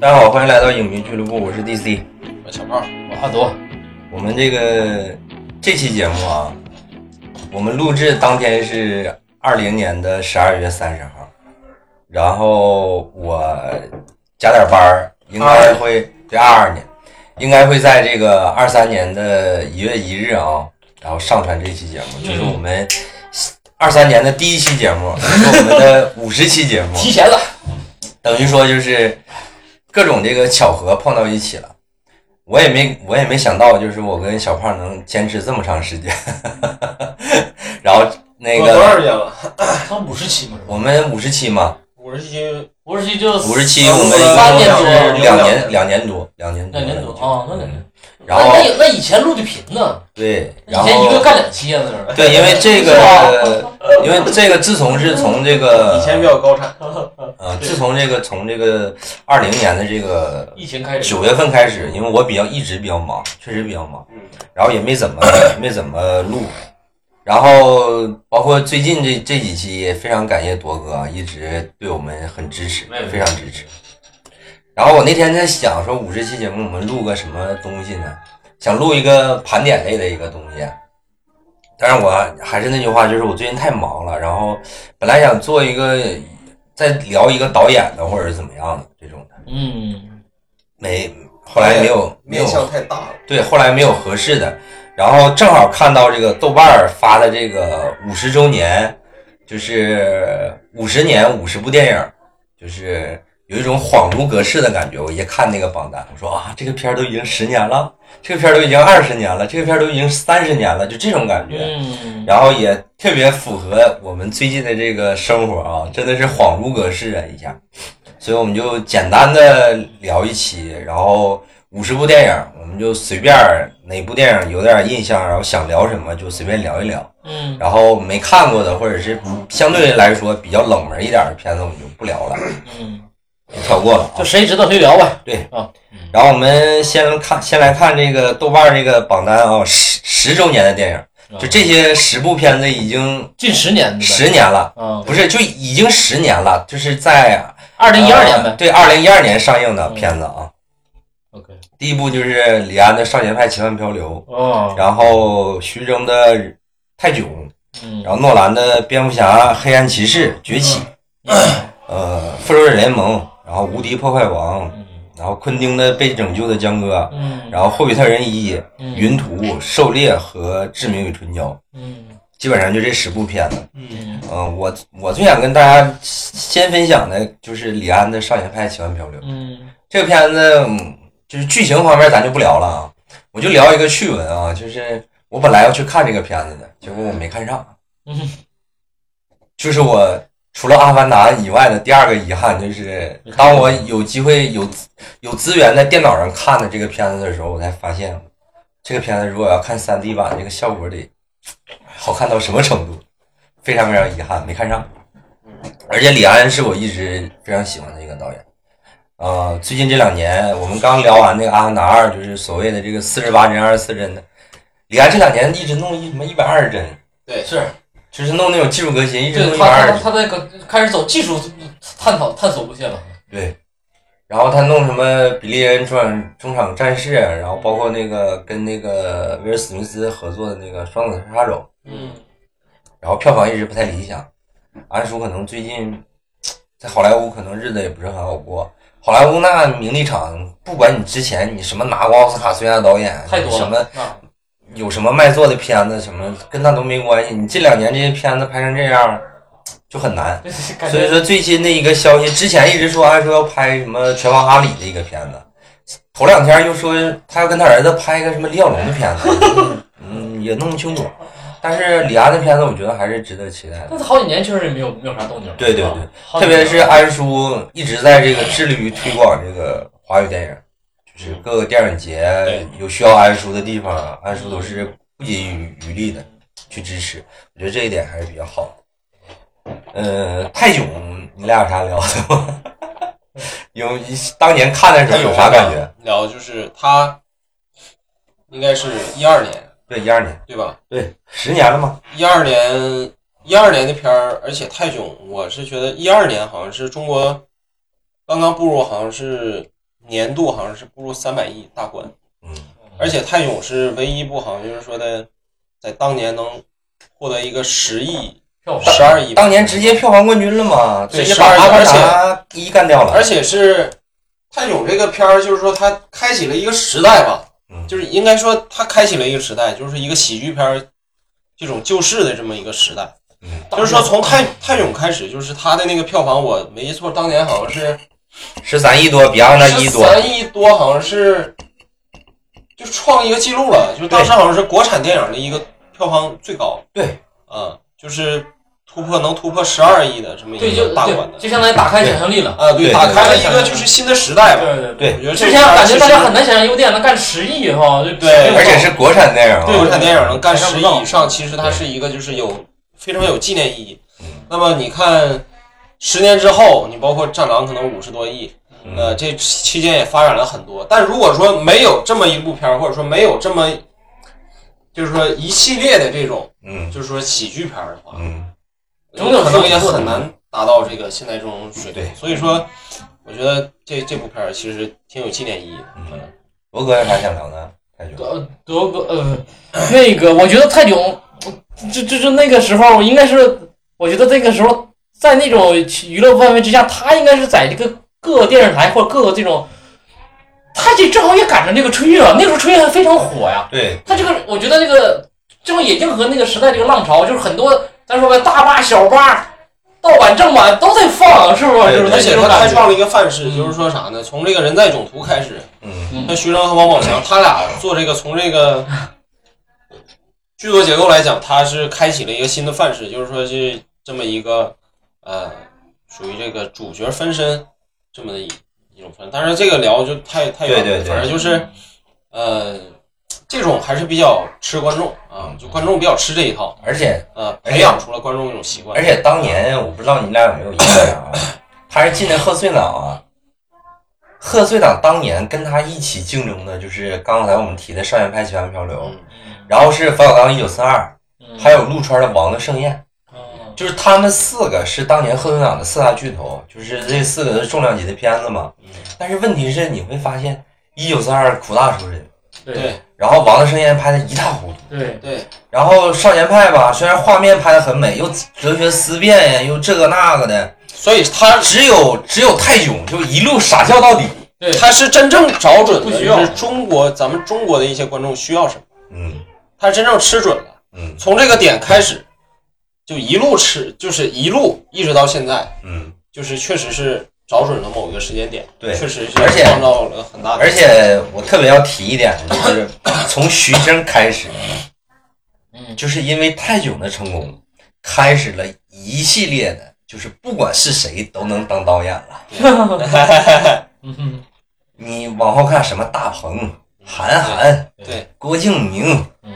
大家好，欢迎来到影迷俱乐部，我是 DC。我小胖，我阿铎，我们这个这期节目啊，我们录制当天是二零年的十二月三十号，然后我加点班儿，应该会对二二年，应该会在这个二三年的一月一日啊，然后上传这期节目，这是我们二三年的第一期节目，也是我们的五十期节目，提前了，等于说就是各种这个巧合碰到一起了。我也没我也没想到，就是我跟小胖能坚持这么长时间， 然后那多多个少年了？上五十期嘛，是吧？我们五十期嘛，五十期，五十期就五十期呃我们一三共年多是两两年年两年多两年多两年多啊，那两年。然后那那那以前录的频呢？对，以然前一个月后干两期啊，那时候。对，因为这是吧个 因为这个自从是从这个以前比较高产，呃自从这个从这个二零年的这个疫情开始，九月份开始，因为我比较一直比较忙，确实比较忙嗯，然后也没怎么没怎么录，然后包括最近这这几期也非常感谢铎哥，啊一直对我们很支持没有，非常支持。然后我那天在想说，五十期节目我们录个什么东西呢？想录一个盘点类的一个东西，啊但是我还是那句话，就是我最近太忙了，然后本来想做一个再聊一个导演的或者是怎么样的这种的，嗯，没后来没有没有面向太大了。对，后来没有合适的，然后正好看到这个豆瓣儿发的这个五十周年，就是五十年五十部电影儿，就是有一种恍如隔世的感觉。我一看那个榜单，我说啊，这个片儿都已经十年了，这个片儿都已经二十年了，这个片儿都已经三十年了，就这种感觉。嗯，然后也特别符合我们最近的这个生活啊，真的是恍如隔世啊一下，所以我们就简单的聊一期，然后五十部电影，我们就随便哪部电影有点印象，然后想聊什么就随便聊一聊，嗯，然后没看过的或者是相对来说比较冷门一点的片子，我们就不聊了，嗯，就跳过了啊就。谁知道谁聊吧。然后我们先看，先来看这个豆瓣这个榜单啊，十十周年的电影，就这些十部片子已经近十年的呗，十年了。啊，不是，就已经十年了，就是在二二零一二年呗。嗯对，二零一二年上映的片子啊。 OK，第一部就是李安的《少年派奇幻漂流哦》，，然后徐峥的《泰囧》，嗯，然后诺兰的《蝙蝠侠：黑暗骑士崛起》，呃，《复仇者联盟》，然后《无敌破坏王》，嗯然后昆汀的《被拯救的江哥》，嗯，然后《霍比特人一》《嗯，云图》《狩猎》和《志明与春娇》，嗯基本上就这十部片子。嗯嗯，我我最想跟大家先分享的就是李安的《少年派奇幻漂流》嗯这个片子，嗯就是剧情方面咱就不聊了啊，我就聊一个趣闻啊，就是我本来要去看这个片子的，结果我没看上。嗯，就是我除了《阿凡达》以外的第二个遗憾，就是当我有机会有资有资源在电脑上看的这个片子的时候，我才发现，这个片子如果要看 3D 版，这个效果得好看到什么程度，非常非常遗憾，没看上。嗯而且李安是我一直非常喜欢的一个导演。呃，最近这两年，我们刚聊完那个《阿凡达二》，就是所谓的这个四十八帧、二十四帧的。李安这两年一直弄一什么一百二十帧，对，是。就是弄那种技术革新，一直弄对一他百二十他帧。他那个开始走技术探讨探索路线了。对，然后他弄什么比利恩中场中场战士，然后包括那个跟那个威尔史密斯合作的那个双子杀手，嗯，然后票房一直不太理想。安叔可能最近在好莱坞可能日子也不是很好过。好莱坞那名利场，不管你之前你什么拿过奥斯卡最佳导演，太多什么了。啊有什么卖座的片子，什么跟那都没关系。你这两年这些片子拍成这样，就很难。感所以觉说最新的一个消息，之前一直说还说要拍什么《拳王阿里》的一个片子，头两天又说他要跟他儿子拍一个什么李小龙的片子，嗯，也弄不清楚。但是李安的片子，我觉得还是值得期待的。但是好几年确实也没有没有啥动静。对对啊对，好几特别年是安叔一直在这个致力于推广这个华语电影，就是嗯各个电影节有需要安叔的地方，安叔嗯都是不遗余余力的去支持。我觉得这一点还是比较好的。呃，泰囧，你俩有啥聊的吗？ 有当年看的时候有啥感觉？？聊就是他，应该是一二年对，一二年，对吧？对，十年了嘛。一二年，一二年的片儿，而且泰囧，我是觉得一二年好像是中国刚刚步入，好像是年度好像是步入三百亿大关，嗯，而且泰囧是唯一一部好像就是说的，在当年能获得一个十亿、票房十二亿，嗯当年直接票房冠军了嘛，对直接把《 12阿凡而且达》一干掉了，而且是泰囧这个片儿，就是说它开启了一个时代吧，嗯就是应该说它开启了一个时代，就是一个喜剧片儿这种救世的这么一个时代。嗯就是说从泰泰囧开始，就是它的那个票房，我没记错，当年好像是十三亿多，比《阿凡达》一多，三亿多，好像是就创一个记录了，就是当时好像是国产电影的一个票房最高。对，啊，就是突破能突破十二亿的这么对一就个大关对，的。就相当于打开想象力了。啊，对打开了对一个就是新的时代吧。对对对我觉得之这前个片儿感觉其大实家很难想象，有点能干十亿哈，就对而且是国产电影对啊国，产电影能干十哦想象不亿到以上，其实它是一个就是有非常有纪念意义嗯。那么你看，十年之后，你包括《战狼》可能五十多亿，嗯呃，这期间也发展了很多。但如果说没有这么一部片儿，或者说没有这么，就是说一系列的这种，嗯就是说喜剧片儿的话，嗯，总有可能也很难达到这个现在这种水平对。所以说，我觉得这这部片儿其实挺有纪念意义的。嗯罗哥有啥想聊的？感觉呃，德国呃，那个我觉得泰囧，就就是那个时候应该是，我觉得那个时候在那种娱乐氛围之下，他应该是在这个各个电视台或者各个这种，他这正好也赶上这个春运啊，那时候春运还非常火呀。对，他这个我觉得这个正好也应和那个时代这个浪潮，就是很多咱说吧，大巴、小巴、盗版、正版都在放，是不是？就是对而那且种他开感觉。创了一个范式，就是说啥呢？从这个人在囧途开始，嗯嗯像徐峥和王宝强，他俩做这个从这个剧作结构来讲，他是开启了一个新的范式，就是说是这么一个呃，属于这个主角分身这么的一一种分。但是这个聊就太太远了，对对对反正就是呃，这种还是比较吃观众啊，就观众比较吃这一套，而且呃，而且培养出了观众一种习惯而。且当年我不知道你俩有没有印象啊，他是进的贺岁档啊。贺岁档当年跟他一起竞争的就是刚才我们提的《少年派奇幻漂流》嗯，然后是冯小刚一九四二，嗯还有陆川的《王的盛宴》，就是他们四个是当年贺岁档的四大巨头，就是这四个都是重量级的片子嘛。嗯但是问题是，你会发现一九四二苦大仇深，对对然后《王的盛宴》拍的一塌糊涂，对，对，然后《少年派》吧，虽然画面拍的很美，又哲学思辨呀，又这个那个的，所以他只有只有泰囧就一路傻笑到底。 他是真正找准不的，需就要是中国咱们中国的一些观众需要什么，嗯他是真正吃准了，嗯从这个点开始，就一路吃，就是一路一直到现在，嗯，就是确实是找准了某一个时间点，对确实是而且创造了很大的，而且我特别要提一点，就是从徐峥开始，嗯，就是因为泰囧的成功，开始了一系列的，就是不管是谁都能当导演了。嗯你往后看什么大鹏、韩寒、对郭敬明，嗯。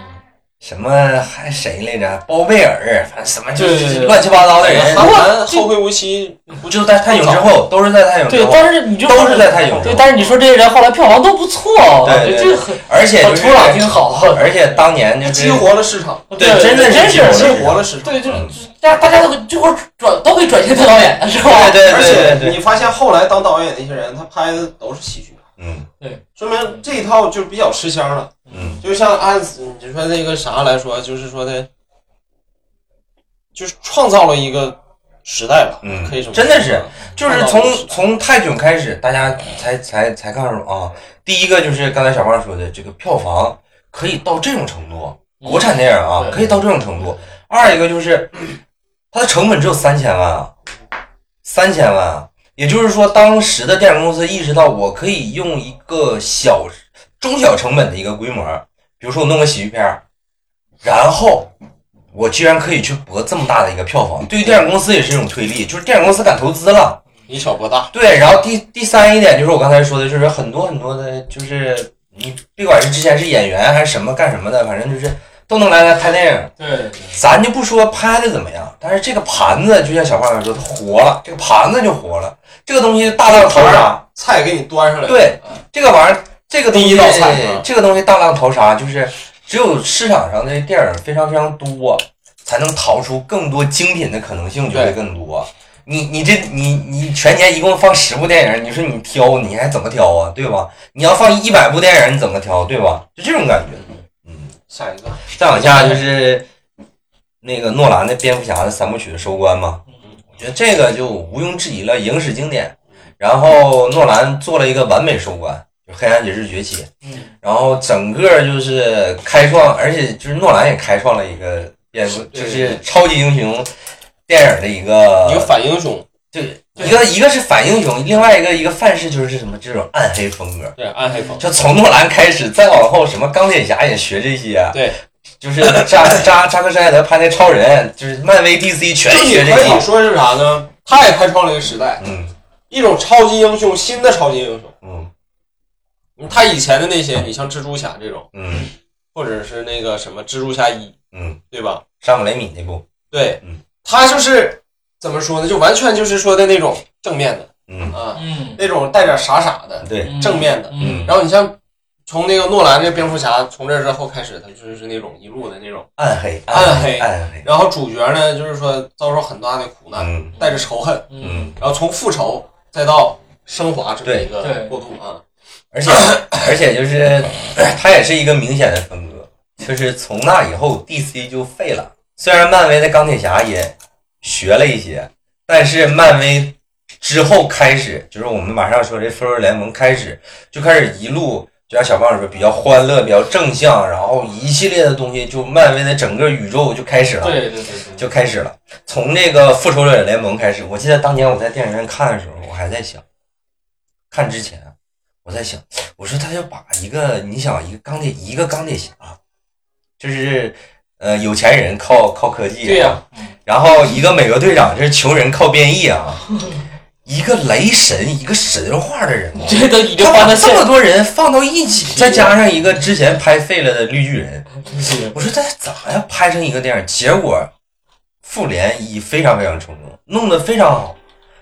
什么还谁来着？包贝尔，反正什么就对对是对乱七八糟的人，韩寒这后会无期，不就在泰囧之后，都是在泰囧之对，后，但是你就都是在泰囧之对，后。但是你说这些人后来票房都不错，我觉对得对这对很而且就是土壤挺好。啊而且当年就是激活了市场，对真的是真激活了是市激活了市场。对，就是大家大家都这会儿转都给转型当导演了，是吧？对对而对对且对，你发现后来当导演那些人，他拍的都是喜剧，嗯说明这一套就比较吃香了。嗯就像按你说那个啥来说，就是说的，就是创造了一个时代吧，嗯可以这么说真的是，就是创造从了一个时代从泰囧开始，大家才才才看出啊，第一个就是刚才小胖说的，这个票房可以到这种程度，国产电影啊对可以到这种程度。二一个就是它的成本只有三千万啊，三千万啊，也就是说当时的电影公司意识到我可以用一个小中小成本的一个规模，比如说我弄个喜剧片儿，然后我居然可以去博这么大的一个票房，对于电影公司也是一种推力，就是电影公司敢投资了。以小博大，对，然后第第三一点就是我刚才说的，就是很多很多的，就是你别管是之前是演员还是什么干什么的，反正就是都能来来拍电影。对，咱就不说拍的怎么样，但是这个盘子就像小胖哥说的，活了，这个盘子就活了，这个东西大浪淘沙，菜给你端上来，嗯对这个玩意儿，这个东第西一道菜是吧这个东西大浪淘沙，就是只有市场上的电影非常非常多，才能淘出更多精品的可能性，就会对更多。你你这你你全年一共放十部电影，你说你挑，你还怎么挑啊？对吧？你要放一百部电影，你怎么挑？对吧？就这种感觉。嗯，下一个，再往下就是那个诺兰的蝙蝠侠的三部曲的收官嘛，嗯我觉得这个就毋庸置疑了，影史经典。然后诺兰做了一个完美收官，就《黑暗骑士崛起》。嗯，然后整个就是开创，而且就是诺兰也开创了一个蝙蝠，对就是超级英雄电影的一个一个反英雄，对一个一个是反英雄，另外一个一个范式就是什么这种暗黑风格。对，暗黑风，就从诺兰开始，再往后什么钢铁侠也学这些，啊对，就是扎扎扎克施耐德拍那超人，就是漫威 DC 全这学也这可以些。说是啥呢？他也开创了一个时代，嗯一种超级英雄，新的超级英雄。嗯他以前的那些，你像蜘蛛侠这种，嗯或者是那个什么蜘蛛侠一，嗯，对吧？山姆雷米那部，对嗯，他就是怎么说呢？就完全就是说的那种正面的嗯啊，嗯，那种带点傻傻的。对，正面的嗯，然后你像从那个诺兰这蝙蝠侠从这之后开始，他就是那种一路的那种，暗黑暗黑暗黑，然后主角呢就是说遭受很大的苦难，嗯带着仇恨，嗯，嗯。然后从复仇再到升华这么对一个对过渡啊。而且而且就是，它也是一个明显的分割，就是从那以后 DC 就废了。虽然漫威的钢铁侠也学了一些，但是漫威之后开始，就是我们马上说这复仇者联盟开始就开始一路，就像小胖说比较欢乐、比较正向，然后一系列的东西，就漫威的整个宇宙就开始了。对对对对，就开始了。从那个复仇者联盟开始，我记得当年我在电影院看的时候，我还在想，看之前我在想，我说他要把一个你想一个钢铁一个钢铁侠，就是呃有钱人靠靠科技、啊对呀、嗯然后一个美国队长，这是穷人靠变异 啊，一个雷神，一个神话的人物。这都已经他放把在现这么多人放到一起，再加上一个之前拍废了的绿巨人，实，我说他怎么样拍成一个电影？结果复联一非常非常成功，弄得非常好，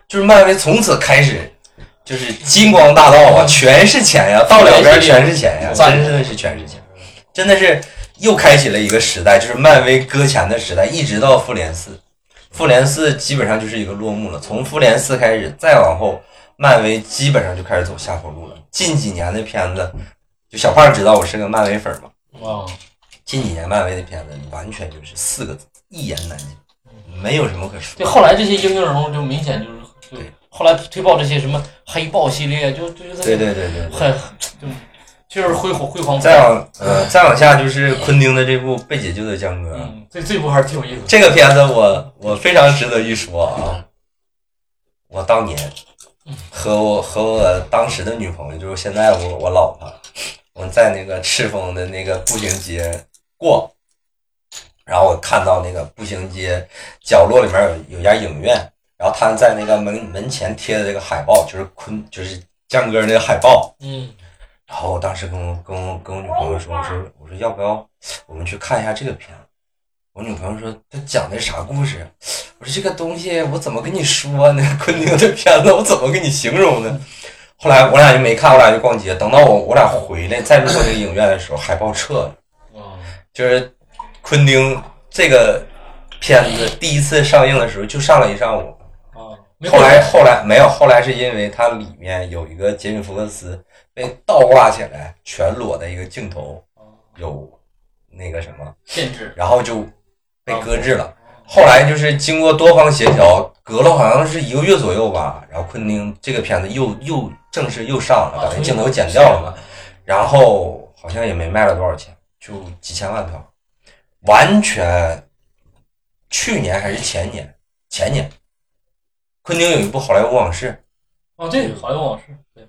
就是漫威从此开始就是金光大道啊，全是钱呀，到两边全是钱呀，真的是全是钱，真的是又开启了一个时代，就是漫威搁钱的时代，一直到复联四，复联四基本上就是一个落幕了。从复联四开始，再往后，漫威基本上就开始走下坡路了。近几年的片子，就小胖知道我是个漫威粉嘛。哇，近几年漫威的片子完全就是四个字，一言难尽，没有什么可说。对，后来这些英雄人物就明显就是，就对后来推爆这些什么黑豹系列，就就就对对对对对。很就就是辉煌辉煌不再断。往呃再往下就是昆汀的这部《被解救的啊江哥》嗯，这这部还是挺有意思的。这个片子我我非常值得一说啊！我当年和我和我当时的女朋友，就是现在我我老婆，我们在那个赤峰的那个步行街逛，然后我看到那个步行街角落里面有有家影院，然后他们在那个门门前贴的这个海报，就是昆就是江哥那个海报，嗯，然后我当时跟我跟我跟我女朋友说，我说我说要不要我们去看一下这个片子？我女朋友说他讲的是啥故事？我说这个东西我怎么跟你说呢？ 昆汀的片子我怎么跟你形容呢？后来我俩就没看，我俩就逛街。等到我我俩回来再路过那个影院的时候，海报撤了，哇，就是昆汀这个片子第一次上映的时候就上了一上午。啊，没后来后来没有，后来是因为它里面有一个杰米福克斯被倒挂起来全裸的一个镜头，有那个什么，限制，然后就被搁置了。后来就是经过多方协调，隔了好像是一个月左右吧，然后昆汀这个片子又又正式啊又上啊了，把那镜头剪掉了嘛，然后好像也没卖了多少钱，就几千万票，完全去年还是前年前年，昆汀有一部《好莱坞往事》，哦，对，好莱坞往事，对，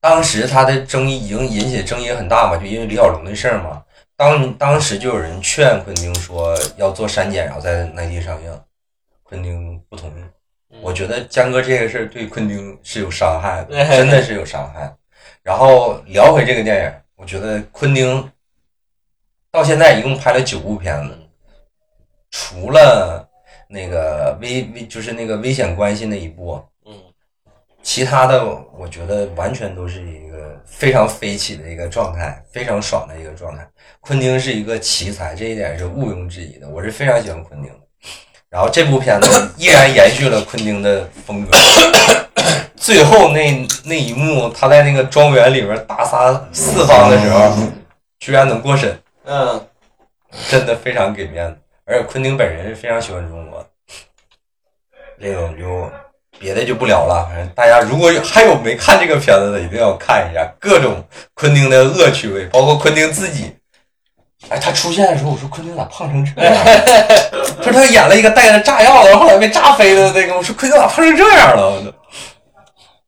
当时他的争议已经引起争议很大嘛，就因为李小龙的事儿嘛。当当时就有人劝昆汀说要做删减，然后在内地上映，昆汀不同意。我觉得江哥这个事儿对昆汀是有伤害的，真的是有伤害。然后聊回这个电影，我觉得昆汀到现在一共拍了九部片子，除了那个危危就是那个危险关系那一部，嗯，其他的我觉得完全都是一个非常飞起的一个状态，非常爽的一个状态。昆汀是一个奇才，这一点是毋庸置疑的。我是非常喜欢昆汀的，然后这部片子依然延续了昆汀的风格。 最后那那一幕，他在那个庄园里边大杀四方的时候，居然能过审，嗯，真的非常给面子。而且昆汀本人是非常喜欢中国，这种就别的就不聊了。反正大家如果有还有没看这个片子的，一定要看一下各种昆汀的恶趣味，包括昆汀自己。哎，他出现的时候，我说昆汀咋胖成这样？他说他演了一个带着炸药的，然后后来被炸飞的那个，我说昆汀咋胖成这样了？我都。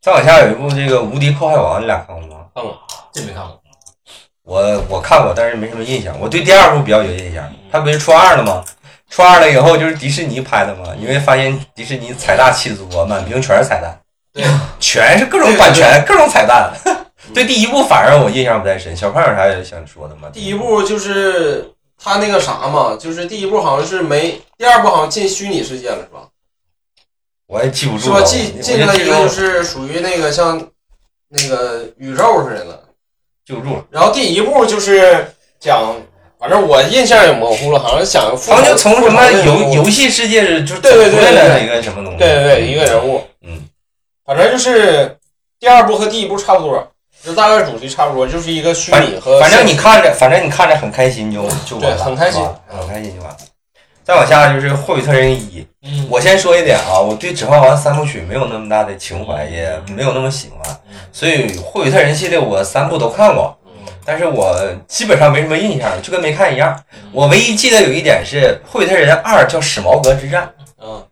再往下有一部这个《无敌破坏王》，你俩看过吗？看过，这没看过。我我看过，但是没什么印象。我对第二部比较有印象，它不是初二了吗？初二了以后就是迪士尼拍的嘛，因为发现迪士尼财大气粗啊，满屏全是彩蛋，对，全是各种版权、各种彩蛋。嗯对第一部反而我印象不太深。小胖有啥想说的吗？第一部就是他那个啥嘛，就是第一部好像是没，第二部好像进虚拟世界了，是吧？我也记不是住吧？了。进我进就了记一住个就是属于那个像那个宇宙似的了。记不住了，然后第一部就是讲，反正我印象也模糊了，好像讲复他们就从什么复仇那个游游戏世界就是对对对出来了一个什么东西，对对对一个人物，嗯，反正就是第二部和第一部差不多，就大概主题差不多，就是一个虚拟和反正你现实看着，反正你看着很开心就就完了，呃对很开心是嗯吧很开心就完了。再往下就是《霍比特人一》，嗯，我先说一点啊，我对《指环王》三部曲没有那么大的情怀，也没有那么喜欢，嗯所以《霍比特人》系列我三部都看过，哦但是我基本上没什么印象，就跟没看一样。嗯我唯一记得有一点是《霍比特人二》叫史矛革之战，嗯，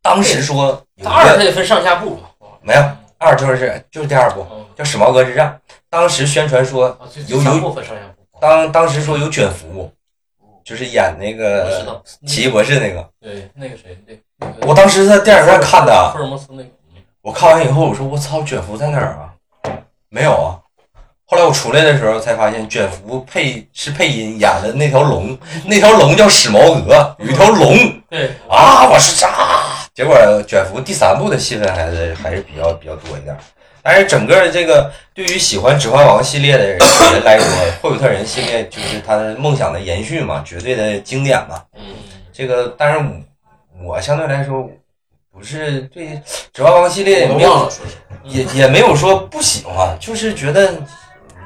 当时说有一他二个他也分上下部嘛。没有二就是就是第二部嗯叫史矛革之战，当时宣传说啊，这有有三部分上下部。当当时说有卷福，就是演那我知个道。呃奇异博士嗯那个，对，那个谁，那那个我当时在电影院看的。福尔摩斯那个。我看完以后，我说我操，卷福在哪儿啊？没有啊。后来我出来的时候才发现，卷福配是配音演的那条龙，那条龙叫史矛革，有一条龙对，啊，我是啊。结果卷福第三部的戏份还是还是比较比较多一点儿，但是整个这个对于喜欢《指环王》系列的人来说，《霍比特人》系列就是他的梦想的延续嘛，绝对的经典嘛。嗯这个，但是我我相对来说不是对《指环王》系列我都没有忘了说是也也没有说不喜欢，就是觉得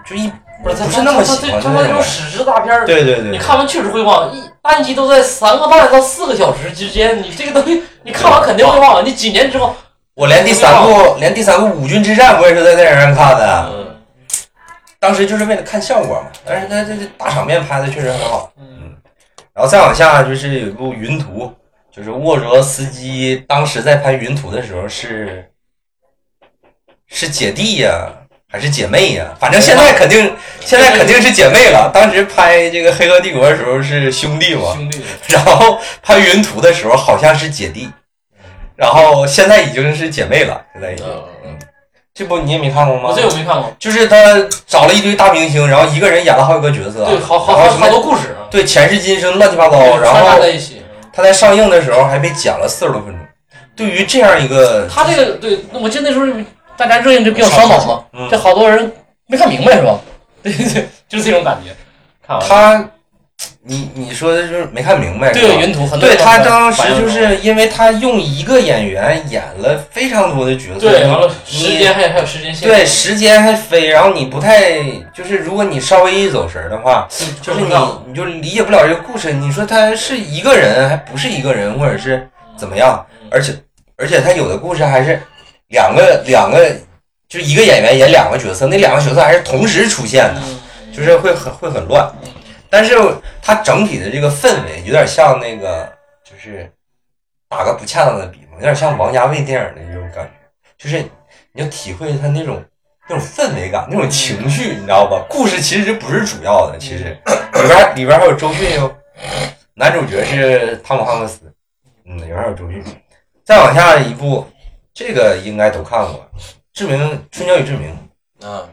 就一不是他不是那么他喜欢他的他那那种种史诗大片儿，对对对，你看完确实会忘，一单集都在三个半到四个小时之间，你这个东西你看完肯定会忘，你几年之后，我连第三部连第三部《五军之战》我也是在电影院看的，嗯当时就是为了看效果嘛。但是它这这大场面拍的确实很好。嗯，然后再往下就是有一部《云图》，就是沃卓斯基当时在拍《云图》的时候是是姐弟呀、还是姐妹呀、反正现在肯定现在肯定是姐妹了。当时拍这个《黑客帝国》的时候是兄弟嘛，兄弟， 然后拍云图的时候好像是姐弟，嗯然后现在已经是姐妹了，现在已经。嗯这部你也没看过吗我？这我没看过，就是他找了一堆大明星，然后一个人演了好几个角色，对，好好然后好什好么多故事啊，对前世今生乱七八糟，对然穿插后在一起。他在上映的时候还被剪了四十多分钟。对于这样一个，他这个对，那我记得那时候大家热映就比较烧脑嘛，嗯这，好多人没看明白是吧？ 对对，就是这种感觉。看完了他，你你说的就是没看明白，是吧对云图很多对人他看当时反应就是因为他用一个演员演了非常多的角色，对，完了你时间还有还有时间线，对，时间还飞，然后你不太就是，如果你稍微一走神儿的话，就是哎你你就理解不了这个故事。你说他是一个人，还不是一个人，或者是怎么样？而且而且他有的故事还是两个两个，就一个演员演两个角色，那两个角色还是同时出现的，就是会很会很乱。但是它整体的这个氛围有点像那个，就是打个不恰当的比方，有点像王家卫电影的那种感觉，就是你就体会他那种那种氛围感、那种情绪，你知道吧？故事其实不是主要的，其实 里边里边还有周迅哟，男主角是汤姆汉克斯，嗯，里边还有周迅。再往下一部，这个应该都看过，《志明春娇与志明》，嗯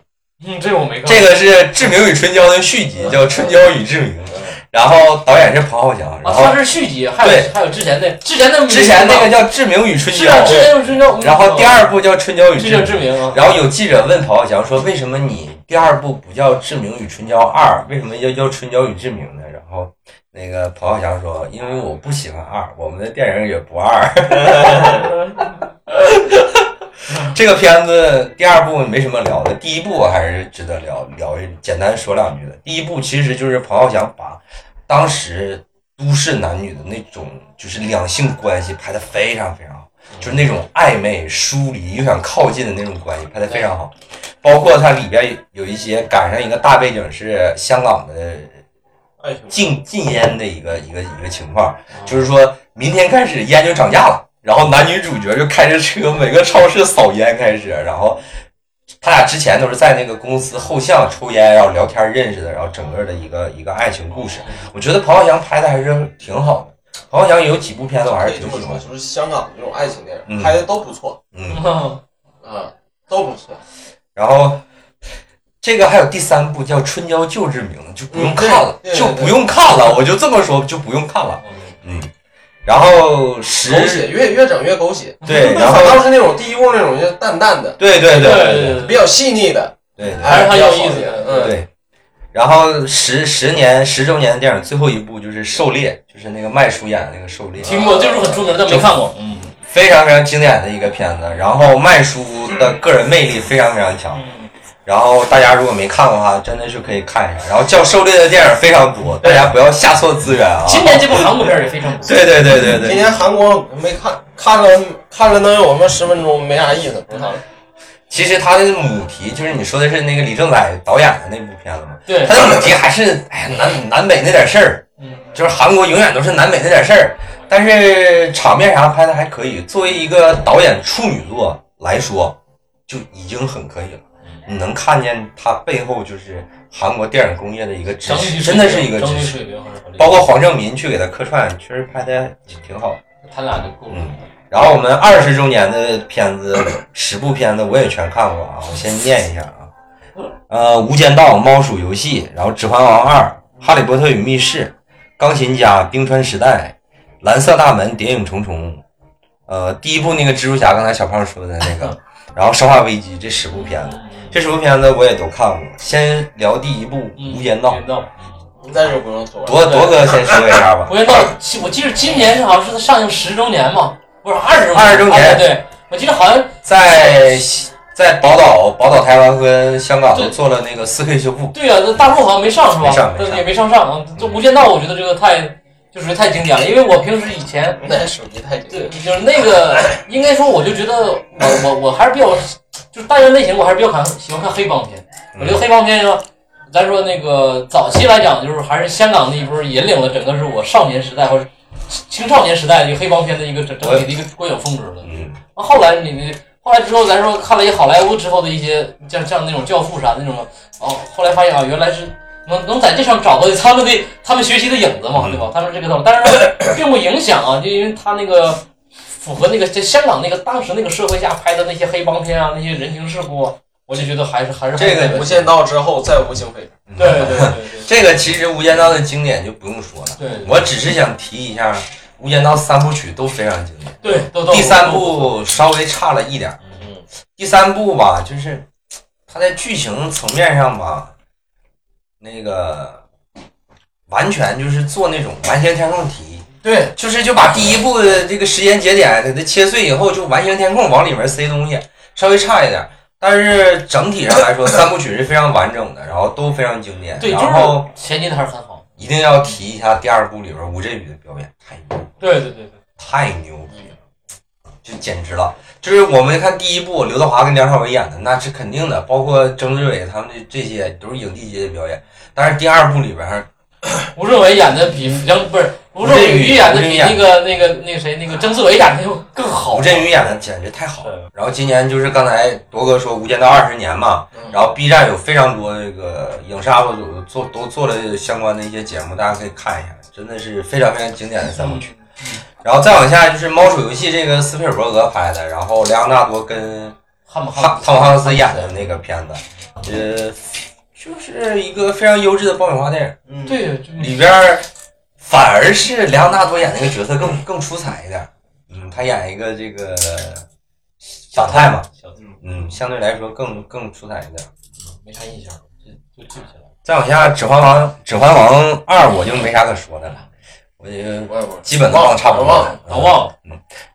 嗯，这我没看过。这个是《志明与春娇》的续集，叫《春娇与志明》，然后导演是彭浩翔，然啊，后它是续集，还对有还有之前的之前的之前那个名叫《志明与春字娇嘛是啊，》，之前就是春娇，然后第二部叫《春娇与这志叫明》。知名啊，然后有记者问彭浩翔说：“为什么你第二部不叫《志明与春娇二》，为什么要叫《春娇与志明》呢？”然后然后那个彭浩翔说，因为我不喜欢二，我们的电影也不二。 这个片子第二部没什么聊的，第一部还是值得聊聊一，简单说两句的。第一部其实就是彭浩翔把当时都市男女的那种就是两性关系拍得非常非常好，就是那种暧昧疏离又想靠近的那种关系拍得非常好。包括它里边有一些赶上一个大背景是香港的爱情禁禁烟的一个一个一个情况，就是说明天开始烟就涨价了，然后男女主角就开着车每个超市扫烟开始，然后他俩之前都是在那个公司后巷抽烟然后聊天认识的，然后整个的一个一个爱情故事，我觉得彭浩翔拍的还是挺好的，彭浩翔有几部片子我还可是以这挺么喜欢的，说，就是香港这种爱情电嗯影拍的都不错，嗯， 啊，都不错。然后。这个还有第三部叫《春娇救志明》，就不用看了嗯，对对就对不用看了，我就这么说，就不用看了。嗯，然后十狗血，越越整越狗血。 对，然那后反倒是那种第一部那种就淡淡的，对对对对比较细腻的，哎对对还是很有比较意好思一点的嗯，对。然后十十年十周年的电影最后一部就是《狩猎》，就是那个麦叔演的那个《狩猎》，听过，就是很出名，但没看过。嗯，非常非常经典的一个片子。然后麦叔的个人魅力非常非常嗯强，嗯然后大家如果没看过的话，真的是可以看一下。然后叫《狩猎》的电影非常多，大家不要下错资源啊！今年这部韩国片儿也非常 不错。对对对对今对，年韩国没看，看了看了能有我们十分钟，没啥意思，嗯不看了。其实他的母题就是你说的是那个李正宰导演的那部片子吗？对他，的母题还是哎呀南南北那点事儿，嗯就是韩国永远都是南北那点事儿，但是场面啥拍的还可以。作为一个导演处女作来说，就已经很可以了。你能看见他背后就是韩国电影工业的一个支整体持，水平真的是一个支整体持。水平还是很厉害包括黄正民去给他客串，确实拍的也挺好的。他俩就够了嗯。然后我们二十周年的片子，十部片子我也全看过啊，我先念一下啊。呃，《无间道》《猫鼠游戏》，然后《指环王二》《哈利波特与密室》《钢琴家》《冰川时代》《蓝色大门》《谍影重重》。呃，第一部那个蜘蛛侠，刚才小胖说的那个，然后《生化危机》这十部片子，这十部片子我也都看过。先聊第一部嗯《无间道无》间，道，那就不用说了。铎铎哥先说一下吧。无间道，其我记得今年是好像是它上映十周年嘛，不是二十周年， 20周年哎对，我记得好像在在宝岛宝岛台湾跟香港都做了那个四 K 修复，对啊，这大陆好像没上是吧？没上没但上也没上上啊。这《无间道》我觉得这个太就是太经典了，因为我平时以前那手机太对就是那个应该说，我就觉得我我我还是比较就是大院类型，我还是比较看喜欢看黑帮片。我觉得黑帮片呢，咱说那个早期来讲，就是还是香港那一波引领了整个是我少年时代或者青少年时代的一个黑帮片的一个整整体的一个观影风格的。嗯，那后来你你后来之后，咱说看了一好莱坞之后的一些像像那种教父啥的那种，哦，后来发现啊，原来是能能在这上找到他们的他们学习的影子嘛，嗯对吧？他们这个道理，但是说并不影响啊，就因为他那个符合那个在香港那个当时那个社会下拍的那些黑帮片啊，那些人情世故啊，我就觉得还是还是这个很有无间道之后再无警匪。对对对对这个其实《无间道》的经典就不用说了，对对我只是想提一下，《无间道》三部曲都非常经典，对，都都第三部稍微差了一点儿，嗯，第三部吧，就是它在剧情层面上吧，那个完全就是做那种完形填空题，对，就是就把第一部的这个时间节点给它切碎以后，就完形填空往里面塞东西，稍微差一点。但是整体上来 说，三部曲是非常完整的，然后都非常经典。对，就然后是衔接的还是很好。一定要提一下第二部里边吴镇宇的表演，太牛了对对对对，太牛逼了，就简直了！就是我们看第一部刘德华跟梁朝伟演的，那是肯定的，包括曾志伟他们这这些都是影帝级的表演。但是第二部里边，吴镇伟演的比梁不是吴镇宇演啊的比那个那个那个谁那个曾志伟演的又更好。吴镇宇演的简直太好了。然后今年就是刚才铎哥说《无间道》二十年嘛，然后 B 站有非常多这个影视 UP 主做都做了相关的一些节目，大家可以看一下，真的是非常非常经典的三部曲。然后再往下就是《猫鼠游戏》，这个斯皮尔伯格拍的，然后莱昂纳多跟汉姆哈汉汤姆汉克斯演的那个片子，呃，就是一个非常优质的爆米花电影，嗯，对，里边儿反而是莱昂纳多演那个角色更更出彩一点儿。嗯，他演一个这个反派嘛，小嗯，相对来说更更出彩一点儿。没啥印象，就就记不起来。再往下，《指环王》《指环王二》我就没啥可说的了，我就我也不基本都忘差不多嗯忘了了。嗯老忘了，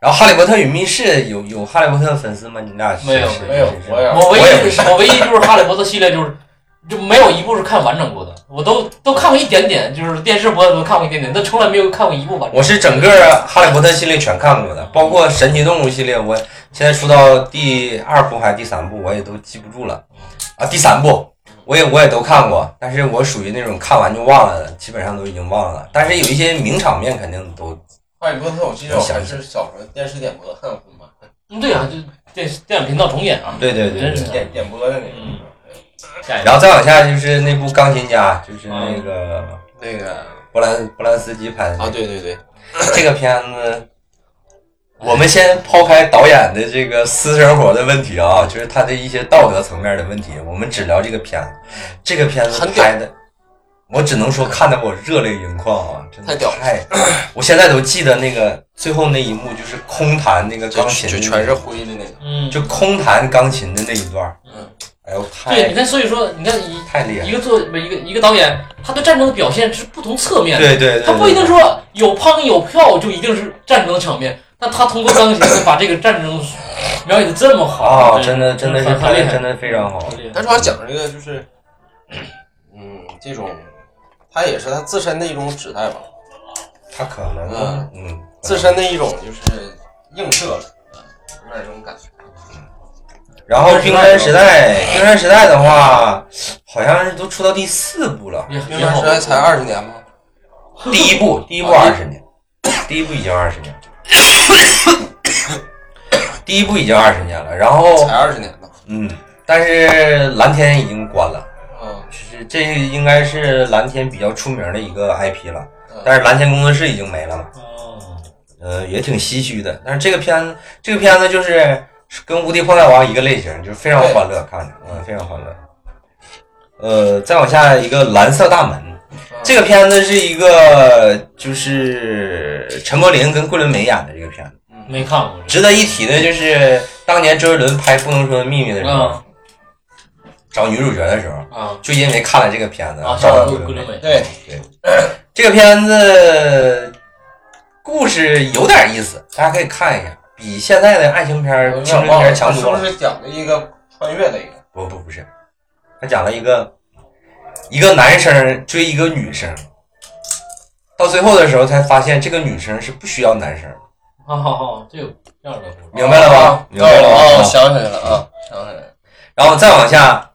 然后《哈利波特与密室》有有《哈利波特》粉丝吗？你俩是没有是没有是是我也我唯我也不一是我唯一就是哈利波特系列就是就没有一部是看完整过的，我都都看过一点点，就是电视播的都看过一点点，但从来没有看过一部完整。我是整个《哈利波特》系列全看过的，包括《神奇动物》系列，我现在出到第二部还是第三部，我也都记不住了。啊，第三部，我也我也都看过，但是我属于那种看完就忘了的，基本上都已经忘了。但是有一些名场面肯定都哈利波特，我记得我还是小时候电视点播看过嘛，嗯，对啊，就电视电影频道重演啊。对对对真是对。的点点播的那个嗯，下一个然后再往下就是那部《钢琴家》，就是那个那个波兰波兰斯基拍的那啊，个对对对，这个片子，我们先抛开导演的这个私生活的问题啊，就是他的一些道德层面的问题，我们只聊这个片子。这个片子很屌拍的，我只能说看得我热泪盈眶啊，真的太屌了太，我现在都记得那个最后那一幕，就是空弹那个就钢琴的就那全是个灰的那个，嗯，就空弹钢琴的那一段。嗯，哎呦，对，太你看，所以说你看一太厉害一了，个作为一个一个导演，他对战争的表现是不同侧面的。对对对，他不一定对说嗯有胖有票就一定是战争的场面，但他通过钢琴把这个战争描写的这么好啊，真的真的是很拍厉的害，真的非常好。他主要讲这个就是，嗯，这种，他也是他自身的一种指代吧，他可能嗯嗯，自身的一种就是映射了，有点这种感觉。然后冰山时代，冰山时代的话，好像是都出到第四部了。也冰也山好时。代才二十年吗？第一部，第一部二十年，第一部已经二十年，第一部已经二十年了。然后才，二十年吧。嗯，但是蓝天已经关了，嗯，就是这应该是蓝天比较出名的一个 IP 了。嗯但是蓝天工作室已经没了嘛，哦呃，也挺唏嘘的。但是这个片子，这个片子就是跟《无敌破坏王》一个类型，就是非常欢乐，看着，嗯，非常欢乐。呃，再往下一个《蓝色大门》，这个片子是一个就是陈柏霖跟桂纶镁演的这个片子。没看过这值得一提的就是当年周杰伦拍《不能说的秘密》的时个候啊，找女主角的时候，啊就因为看了这个片子啊！找了上古桂桂纶纶镁。镁，对，这个片子故事有点意思，大家可以看一下，比现在的爱情片我儿、有青春点忘片了，儿强是多不了。是讲的一个穿越的一个？不不不是，他讲了一个一个男生追一个女生，到最后的时候才发现这个女生是不需要男生的，好好好，这有这样的故事明白了吗哦？明白了吗？哦，啊想起来了啊，想起来了。然后再往下，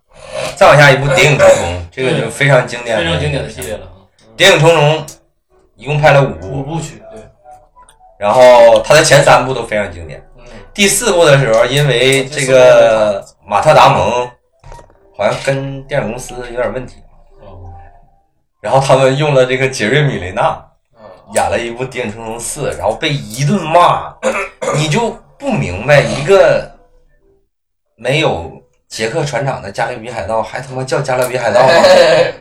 再往下一部《谍影重重》，这个就非常经典，非常经典的系。列了啊， 《谍影重重》一共拍了五部，五部曲，对，然后它的前三部都非常经典。嗯，第四部的时候，因为这个马特·达蒙好像跟电影公司有点问题，哦然后他们用了这个杰瑞·米雷纳嗯演了一部《谍影重重四》，然后被一顿骂，你就不明白一个没有杰克船长的《加勒比海盗》还他妈叫《加勒比海盗》 吗？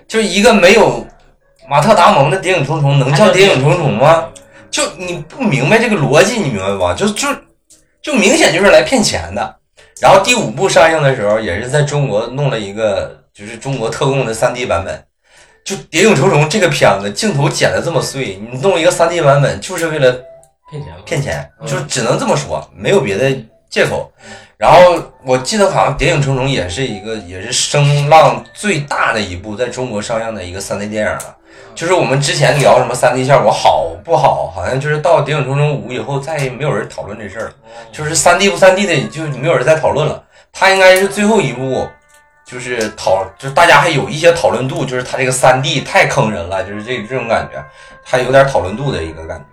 就是一个没有马特·达蒙的《谍影重重》能叫《谍影重重》吗？？就你不明白这个逻辑，你明白吧？就就就明显就是来骗钱的。然后第五部上映的时候，也是在中国弄了一个就是中国特供的 3D 版本。就《谍影重重》这个片子镜头剪的这么碎，你弄一个 3D 版本就是为了骗钱吗？骗钱，嗯就只能这么说，没有别的借口。然后我记得好像《谍影重重》也是一个，也是声浪最大的一部在中国上映的一个 3D 电影了。就是我们之前聊什么 3D 效果好不好，好像就是到《谍影重重五》以后，再也没有人讨论这事儿了。就是3 D 不3 D 的，就没有人再讨论了。它应该是最后一部，就是讨，就是大家还有一些讨论度，就是它这个3 D 太坑人了，就是这这种感觉，它有点讨论度的一个感觉。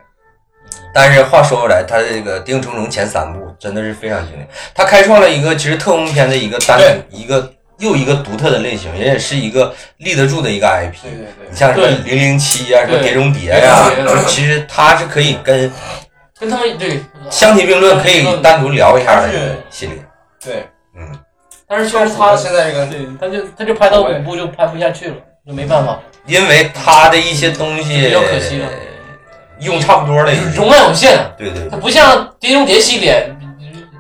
但是话说回来，它这个《谍影重重》前三部真的是非常经典，它开创了一个其实特工片的一个单对一个又一个独特的类型，也是一个立得住的一个 IP。对对对你，像什么零零七啊，什么碟中谍呀、对碟中谍其实它是可以跟跟他们对，相提并论，可以单独聊一下的它是系列。对，嗯，但是确就实是他他现在这个对，他就他就拍到五部就拍不下去了，就没办法，因为它的一些东西比较可惜了嗯用差不多了，已经。容量有限。啊对对它对，不像《碟中谍》系列，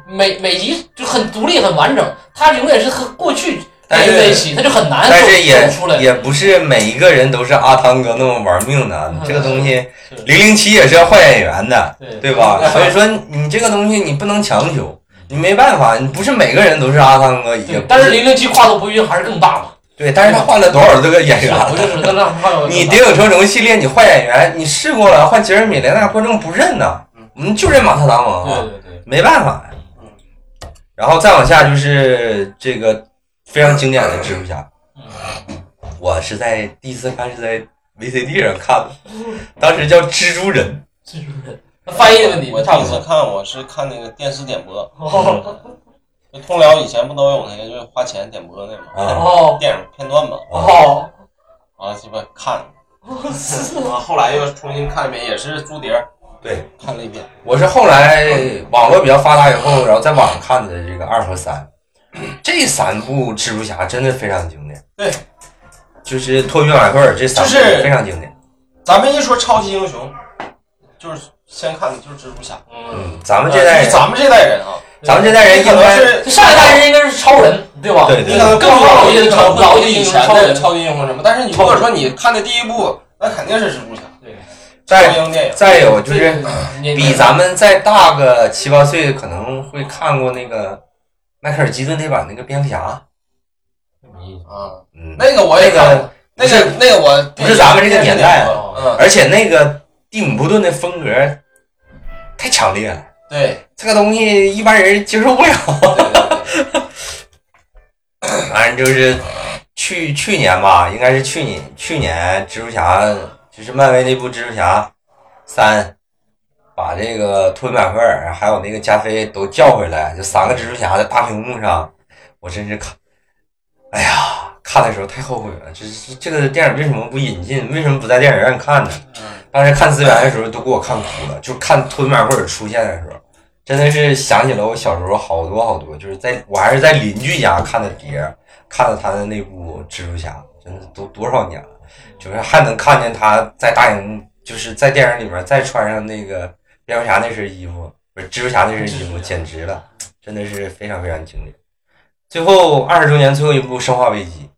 每每集就很独立、很完整，它永远是和过去但连在一是起，那就很难但是走也走出来。也不是每一个人都是阿汤哥那么玩命的啊，嗯你这个东西是零零七也是要换演员的，对对吧？嗯所以说你这个东西你不能强求，你没办法，你不是每个人都是阿汤哥，也对不，嗯但是零零七跨度不一定还是更大嘛。对，但是他换了多少这个演员是不啊就是那那跨度更大？哎你《谍影重重》系列，你换演员，你试过了，换杰瑞米·雷纳观众不认呐，我们就认马特·达蒙啊，嗯对对对，没办法呀嗯。然后再往下就是这个非常经典的蜘蛛侠嗯，我是在第一次看是在 VCD 上看的，当时叫蜘蛛人，这是不是那翻译的问题？我差第一不次多。看我是看那个电视点播，哦就通辽以前不都有那个就是花钱点播那嘛，啊哦电影片段嘛，啊，哦，完了鸡巴看，完了后来又重新看一遍，也是租碟儿对，看了一遍。我是后来网络比较发达以后，然后在网上看的这个二和三，这三部蜘蛛侠真的非常经典，对，就是托比·马奎尔这三部就是非常经典。咱们一说超级英雄，就是先看的就是蜘蛛侠，嗯，咱们这代呃就人，是咱们这代人啊， 咱们这代人你应可能该是嗯上一代人应该是超人，对吧？对你可能更老一些的超老一些以前的超级英雄什么，但是你如果说你看的第一部，那肯定是蜘蛛侠，超再英电影。再有就是你比咱们再大个七八岁，可能会看过那个迈克尔基顿那版那个蝙蝠侠，啊，嗯，那个我也那看过，个那个那个我不是咱们这个年代啊嗯，而且那个蒂姆布顿的风格太强烈了，对，这个东西一般人接受不了。 对对对反正就是去去年吧，应该是去年去年蜘蛛侠就是漫威那部蜘蛛侠三，把这个托比马奎尔还有那个加菲都叫回来，就三个蜘蛛侠在大屏幕上，我真是看，哎呀，看的时候太后悔了，这是这个电影为什么不引进，为什么不在电影院看呢？当时看资源的时候都给我看哭了，就是看托比马奎尔出现的时候。真的是想起了我小时候好多好多，就是在我还是在邻居家看的碟儿，看了他的那部蜘蛛侠，真的都多少年了，就是还能看见他在大荧幕，就是在电影里面再穿上那个蝙蝠侠那身衣服，不是蜘蛛侠那身衣服，简直了，真的是非常非常经典。最后二十周年最后一部《生化危机》，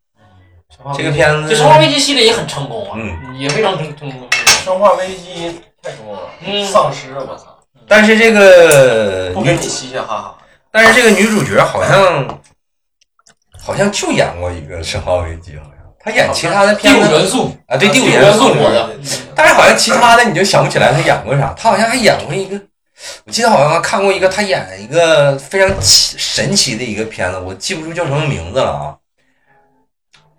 这个片子就《生化危机》系列也很成功啊，嗯也非常成成功。生化危机太多了，嗯丧尸我操，但是这个不跟女你，嘻嘻哈哈。但是这个女主角好像好像就演过一个《生化危机》，好像她演其他的第片五子元素，啊，对第五第五元元素素里我面的，但是好像其他的你就想不起来他演过啥，他好像还演过一个，我记得好像看过一个他演一个非常奇神奇的一个片子，我记不住叫什么名字了啊。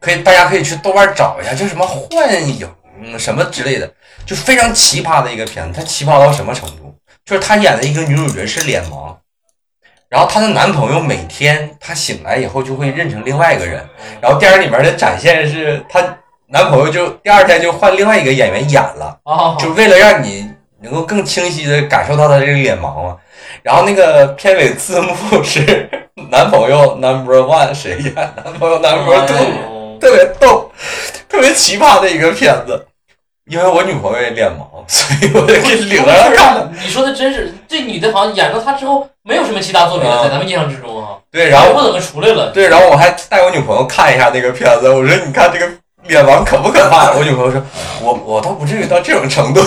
可以，大家可以去豆瓣找一下，叫什么幻影什么之类的，就非常奇葩的一个片子。他奇葩到什么程度？就是他演的一个女主角是脸盲，然后她的男朋友每天她醒来以后就会认成另外一个人，然后电影里面的展现是她男朋友就第二天就换另外一个演员演了。啊，就为了让你能够更清晰的感受到他这个脸盲嘛。然后那个片尾字幕是 男朋友 number one 谁演，男朋友 number two，哦特别逗，特别奇葩的一个片子。因为我女朋友也脸盲，所以我就给领着看了。你说的真是，这女的好像演了她之后，没有什么其他作品了，在咱们印象之中啊，对，然后不怎么出来了。对，然后我还带我女朋友看一下那个片子，我说你看这个脸盲可不可怕？我女朋友说，我我倒不至于到这种程度，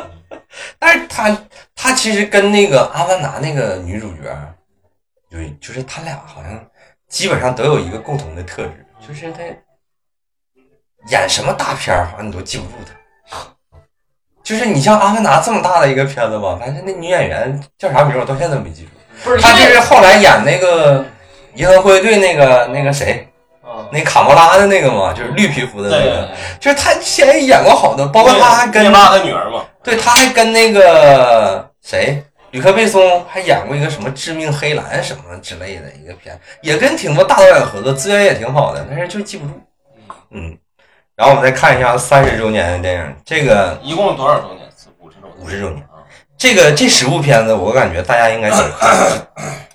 但是她她其实跟那个《阿凡达》那个女主角，有就是他俩好像基本上都有一个共同的特质，就是她演什么大片儿好像你都记不住她。就是你像《阿凡达》这么大的一个片子吧，反正那女演员叫啥名儿我到现在都没记住。不是，她就因为是后来演那个银河护卫队那个那个谁，啊那卡莫拉的那个嘛，就是绿皮肤的那个，就是她之前也演过好多，嗯包括她还灭跟霸的女儿嘛，对，她还跟那个谁，吕克贝松还演过一个什么《致命黑蓝》什么之类的一个片，也跟挺多大导演合作，资源也挺好的，但是就记不住。嗯，然后我们再看一下三十周年的电影，这个一共多少周年？五十周年。 50周年啊。这个这十部片子，我感觉大家应该都看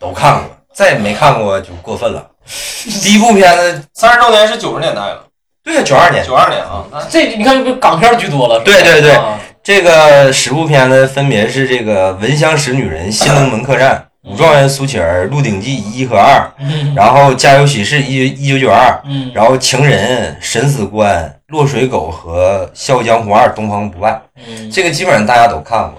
都看过，再没看过就过分了。第一部片子，三十周年是九十年代了，对，九二年，九二年啊，那这你看，不港片居多了。是吧对对对啊这个十部片子分别是这个《闻香识女人》《新龙门客栈》嗯武状元苏乞儿、鹿鼎记一和二，然后家有喜事一一九九二，嗯，然后情人、神死关、落水狗和笑傲江湖二东方不败，嗯这个基本上大家都看过。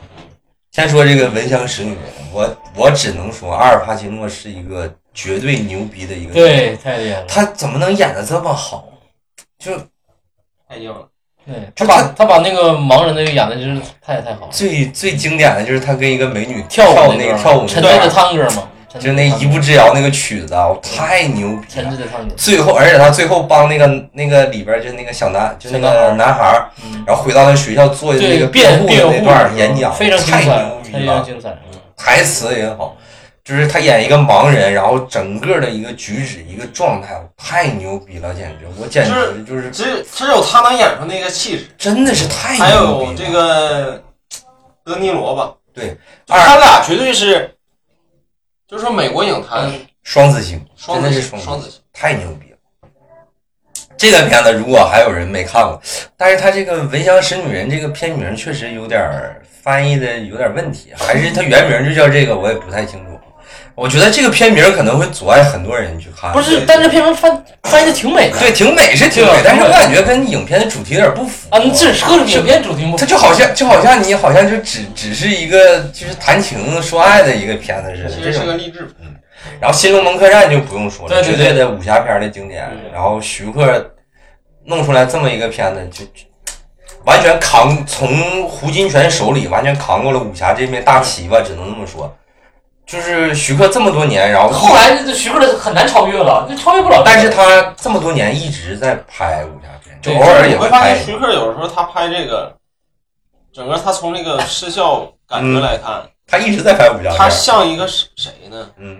先说这个闻香识女，我我只能说阿尔帕西诺是一个绝对牛逼的一个，，对，太厉害了。他怎么能演的这么好？就太硬了。对就他他把他把那个盲人那个演的真是太太好了，最最经典的就是他跟一个美女跳舞舞那个个跳舞沉那醉段的探戈嘛，就沉醉那的探一戈步之遥那个曲子啊，太牛逼沉了！醉的探戈，最后，而且他最后帮那个那个里边儿就那个小男，就那小男孩个儿男孩儿，嗯，然后回到那学校做的那对个辩护辩的护那段儿演讲，非常精太彩牛，逼非常了，精彩。台词也好，就是他演一个盲人，然后整个的一个举止、一个状态，太牛逼了，简直！我简直就是只只有他能演出那个气质，真的是太还牛有逼这了。个德尼罗吧，对，他俩绝对是，就是说美国影坛嗯双子星，双真子的是星，双双子子星。太牛逼了！这个片子如果还有人没看过，但是他这个《闻香识女人》这个片名确实有点儿翻译的有点问题，还是他原名就叫这个，我也不太清楚。我觉得这个片名可能会阻碍很多人去看。不是，但这片名翻翻译的挺美的啊对，挺美是挺美，对但是我感觉跟影片的主题有点不符。啊，这是各种影片主题目它，就好像就好像你好像就只只是一个就是谈情说爱的一个片子似的，其这实种是个励志片，然后《新龙门客栈》就不用说了，对对绝对的武侠片的经典。嗯然后徐克弄出来这么一个片子，就就完全扛从胡金铨手里完全扛过了武侠这面大旗吧，只能这么说。就是徐克这么多年，然后后，来这徐克的很难超越了，就超越不了。但是他这么多年一直在拍武侠片，就对偶尔也我会会发拍现。徐克有时候他拍这个，整个他从这个视效感嗯觉来看，他一直在拍武侠他片。像一个谁谁呢？嗯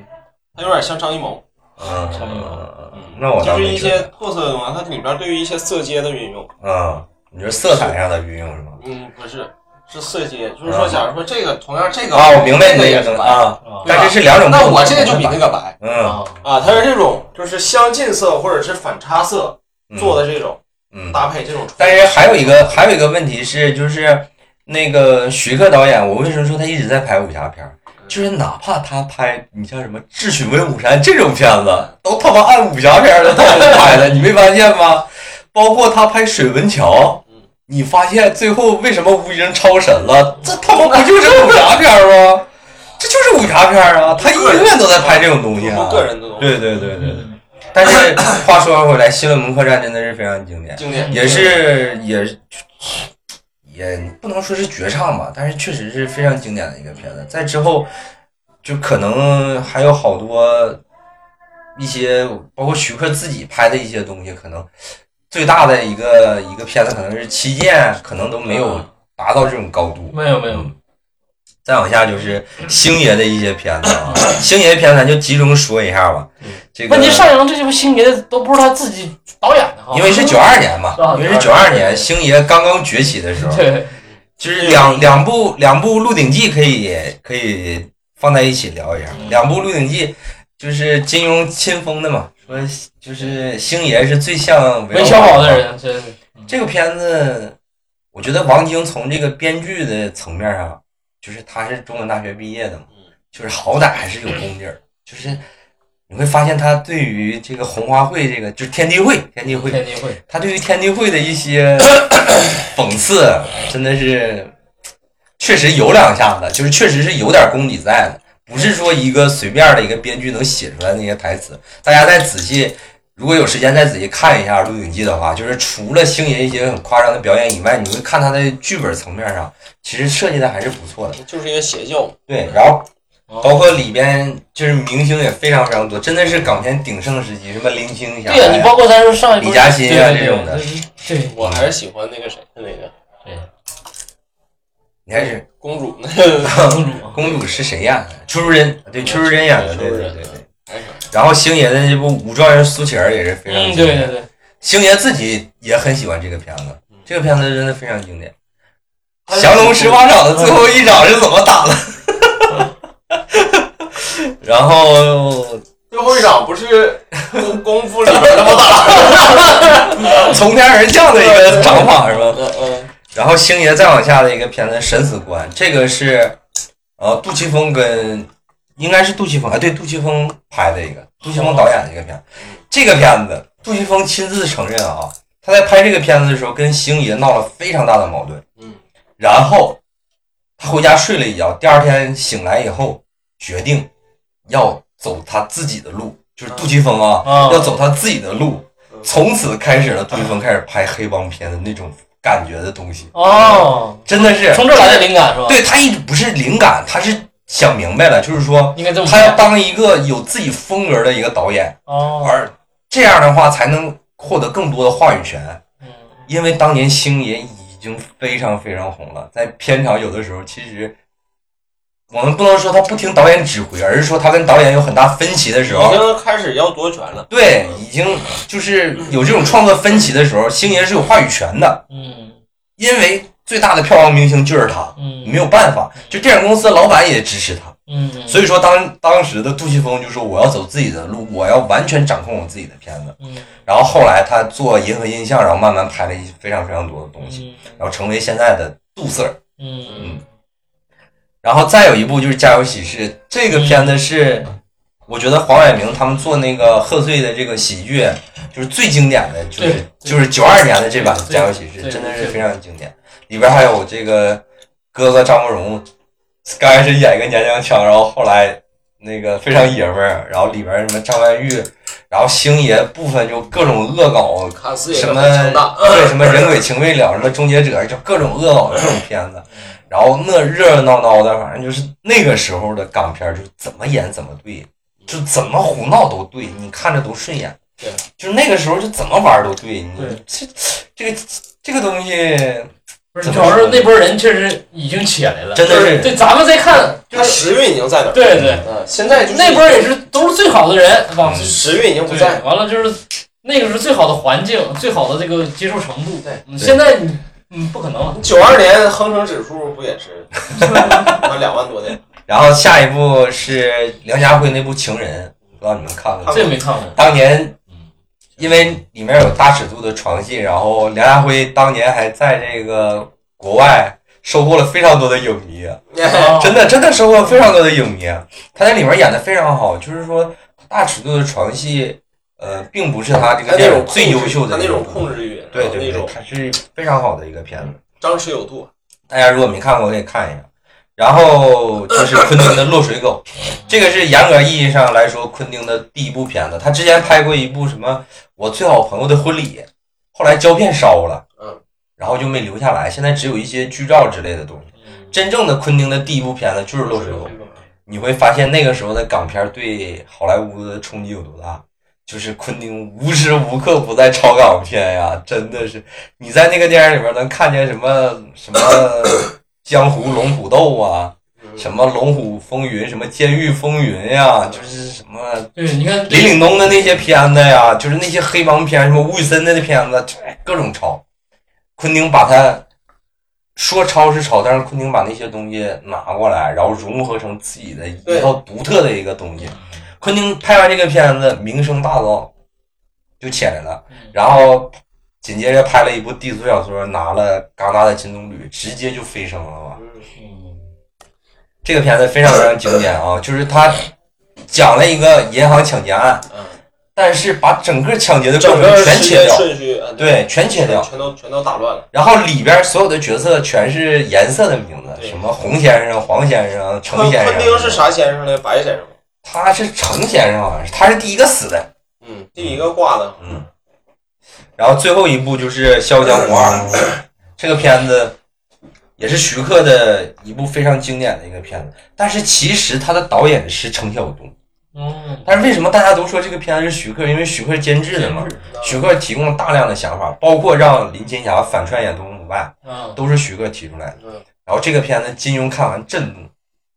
他有点像张艺谋，嗯像一嗯个，嗯那我就倒是没一觉些得。特色的东西，它里边对于一些色阶的运用，嗯，你说色彩上的运用是吗？嗯，不是，是色阶，就是说，假如说这个同样这个嗯啊，我明白你的这意个思也了白，啊，啊但是是两种不那同的我这个就比版那个白嗯。啊，它是这种就是相近色或者是反差色嗯做的这种嗯，搭配，这种但是还有一个还有一个问题是，就是那个徐克导演，我为什么说他一直在拍武侠片儿？就是哪怕他拍你像什么《智取威虎山》这种片子，都他妈按武侠片儿的 套路拍的，你没发现吗？包括他拍《水文桥》嗯，你发现最后为什么吴京超神了？这他妈不就是武侠片儿吗？这就是武侠片儿啊！他永远都在拍这种东西啊个。人的东西对对对对对。嗯但是话说回来，《新龙门客栈》真的是非常经典。经典，也是也也不能说是绝唱吧，但是确实是非常经典的一个片子。在之后，就可能还有好多一些，包括徐克自己拍的一些东西，可能最大的一个一个片子可能是《七剑》，可能都没有达到这种高度。嗯嗯没有没有，再往下就是星爷的一些片子啊，星爷片咱就集中说一下吧。这个问题嗯上映这些部星爷的都不是他自己导演的哈，因为是九二年嘛啊，因为是九二92年星爷刚刚崛起的时候， 对就是两两部两部《鹿鼎记》可以可以放在一起聊一下。两部《鹿鼎记》就是金庸亲封的嘛，说就是星爷是最像韦韦小宝宝的。人，真是这个片子，我觉得王晶从这个编剧的层面上，就是他是中文大学毕业的嘛嗯，就是好歹还是有功底儿。就是你会发现他对于这个红花会这个，就是天地会，天地会，天地会，他对于天地会的一些 讽刺，真的是确实有两下子，就是确实是有点功底在的，不是说一个随便的一个编剧能写出来那些台词。大家再仔细，如果有时间再仔细看一下《鹿鼎记》的话，就是除了星爷一些很夸张的表演以外，你会看他的剧本层面上，其实设计的还是不错的。就是一个邪教，对，然后哦包括里边就是明星也非常非常多，真的是港片鼎盛时期，什么林青霞呀，对呀，你包括咱说上一部李嘉欣啊对对对这种的对，我还是喜欢那个谁那个你还是公 主那个，公主公主是谁演的？邱淑贞，对，邱淑贞演的，对邱淑对贞对对。哎呀然后星爷的这部《武状元苏乞儿》也是非常嗯，经对典对对，星爷自己也很喜欢这个片子嗯，这个片子真的非常经典。哎呀降龙十八掌的最后一掌是怎么打的？然后 最后一掌不是 功功夫里边那么打，从天而降的一个掌法是吧？嗯嗯，然后星爷再往下的一个片子《神死关》，这个是呃杜琪峰跟应该是杜琪峰，哎，对，杜琪峰拍的一个，杜琪峰导演的一个片儿。这个片子，杜琪峰亲自承认啊，他在拍这个片子的时候跟星爷闹了非常大的矛盾。嗯，然后他回家睡了一觉，第二天醒来以后，决定要走他自己的路，就是杜琪峰啊，啊要走他自己的路嗯。从此开始了，杜琪峰开始拍黑帮片的那种感觉的东西，哦，真的是从这儿来的灵感是吧？，对他一直不是灵感，他是想明白了，就是说应该这么他要说。当一个有自己风格的一个导演，哦，而这样的话才能获得更多的话语权。嗯因为当年星爷已经非常非常红了，在片场有的时候，其实我们不能说他不听导演指挥，而是说他跟导演有很大分歧的时已候，经开始要夺权了。对，已经就是有这种创作分歧的时候，星爷是有话语权的，嗯因为最大的票房明星就是他，嗯，没有办法，就电影公司的老板也支持他。嗯，所以说当当时的杜琪峰就说我要走自己的路，我要完全掌控我自己的片子。嗯然后后来他做银河印象，然后慢慢拍了一非常非常多的东西，然后成为现在的杜 Sir。嗯嗯，然后再有一部就是《家有喜事》，这嗯个片子是我觉得黄伟明他们做那个贺岁的这个喜剧，就是最经典的，就是对就是九二年的这版《家有喜事对》，对真的是非常经典。里边还有这个哥哥张国荣，刚开始演一个娘娘腔，然后后来那个非常爷们儿，然后里边什么张曼玉，然后星爷部分就各种恶搞，看似也什很么强大， 对什么人鬼情未了，什么终结者，就各种恶搞的这种片嗯子，然后那热热闹闹的，反正就是那个时候的港片，就是怎么演怎么对，就怎么胡闹都对，你看着都顺眼。对，就是那个时候就怎么玩儿都对，你对这这个这个东西不是，主要是那波人确实已经起来了。真的是对，咱们再看，就他是时运已经在那儿。对对，嗯，现在就是那波也是都是最好的人，往嗯时运已经不对，在，完了就是那个是最好的环境，最好的这个接受程度。对嗯，现在你嗯不可能了。九二年恒生指数不也 是他妈两万 多点？然后下一部是梁家辉那部《情人》，不知道你们看过没？这没看过，当年嗯因为里面有大尺度的床戏，然后梁家辉当年还在这个国外收获了非常多的影迷，哦啊真的真的收获了非常多的影迷。他在里面演的非常好，就是说大尺度的床戏，呃，并不是他这他个那电种影最优秀的他那种部分控制欲，对对那对，种它是非常好的一个片子。张弛有度。大家如果没看过，可以看一下。然后 就是昆汀的《落水狗》，这个是严格意义上来说昆汀的第一部片子。他之前拍过一部什么《我最好朋友的婚礼》，后来胶片烧了，嗯，然后就没留下来，现在只有一些剧照之类的东西。真正的昆汀的第一部片子就是《嗯落水狗》，你会发现那个时候的港片对好莱坞的冲击有多大。就是昆汀无时无刻不在抄港片呀，真的是你在那个电影里面能看见什么什么江湖龙虎斗啊，什么龙虎风云，什么监狱风云呀，就是什么对，你看李岭东的那些片子呀，就是那些黑帮片，什么吴宇森的片子，哎各种抄。昆汀把它说抄是抄，但是昆汀把那些东西拿过来，然后融合成自己的一对套独特的一个东西。昆汀拍完这个片子，名声大噪，就起来了嗯，然后紧接着拍了一部低俗小说，拿了戛纳的金棕榈，直接就飞升了吧。嗯这个片子非常非常经典啊，就是他讲了一个银行抢劫案，嗯但是把整个抢劫的过整程个全时切间掉，顺序，嗯，对，全切掉。全都全都打乱了。然后里边所有的角色全是颜色的名字，对什么洪先生、黄先生、程昆先昆汀生。是啥先生呢？白先生吗。他是程先生，好像是，他是第一个死的。嗯，第一个挂的。嗯。然后最后一部就是《笑傲江湖二》，嗯 这个片子也是徐克的一部非常经典的一个片子，但是其实他的导演是程晓东。嗯，但是为什么大家都说这个片子是徐克？因为徐克监制的嘛，徐克提供了大量的想法，包括让林青霞反串演东方不败，嗯，都是徐克提出来的。嗯然后这个片子金庸看完震怒，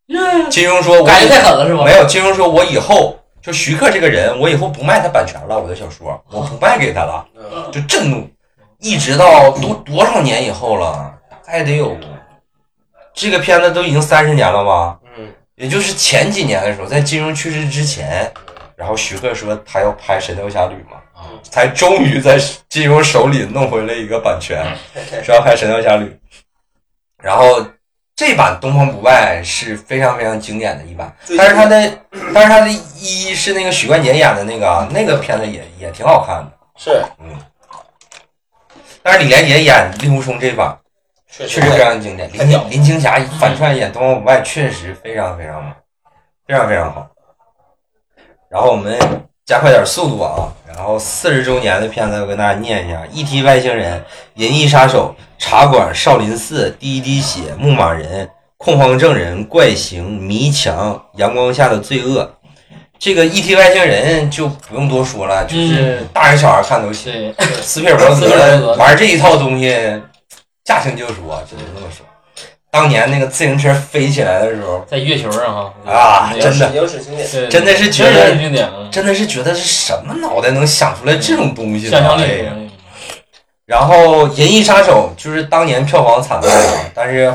嗯金庸说我感觉太狠了是吧没？有，金庸说我以后就徐克这个人，我以后不卖他版权了，我的小啊说我不卖给他了，嗯，就震怒，一直到都多少年以后了，大概得有这个片子都已经三十年了吧？嗯，也就是前几年的时候，在金庸去世之前，然后徐克说他要拍《神雕侠侣》嘛，嗯才终于在金庸手里弄回了一个版权，说要拍《神雕侠侣》。然后这版《东方不败》是非常非常经典的一版，最但是它的，但是它的一是那个许冠杰演的那个啊，那个片子也也挺好看的。是但是李连杰演令狐冲这版确确实非常经典，太屌了林林青霞反串演东方不败确实非常非常非常非常好。然后我们加快点速度啊！然后四十周年的片子我跟大家念一下：《一提外星人》《银翼杀手》《茶馆》《少林寺》《第一滴血》《牧马人》《控方证人》《怪形》《迷墙》《阳光下的罪恶》。这个《一提外星人》就不用多说了，就是嗯大人小孩看都行。对，斯皮尔伯斯皮尔伯格格玩这一套东西，驾轻就熟啊，只能这么说。当年那个自行车飞起来的时候，在月球上哈啊真的影史经典，对真的是觉得真的是经典啊，真的是觉得是什么脑袋能想出来这种东西呢？想象哎力嗯呀。然后《银翼杀手》就是当年票房惨败啊，但是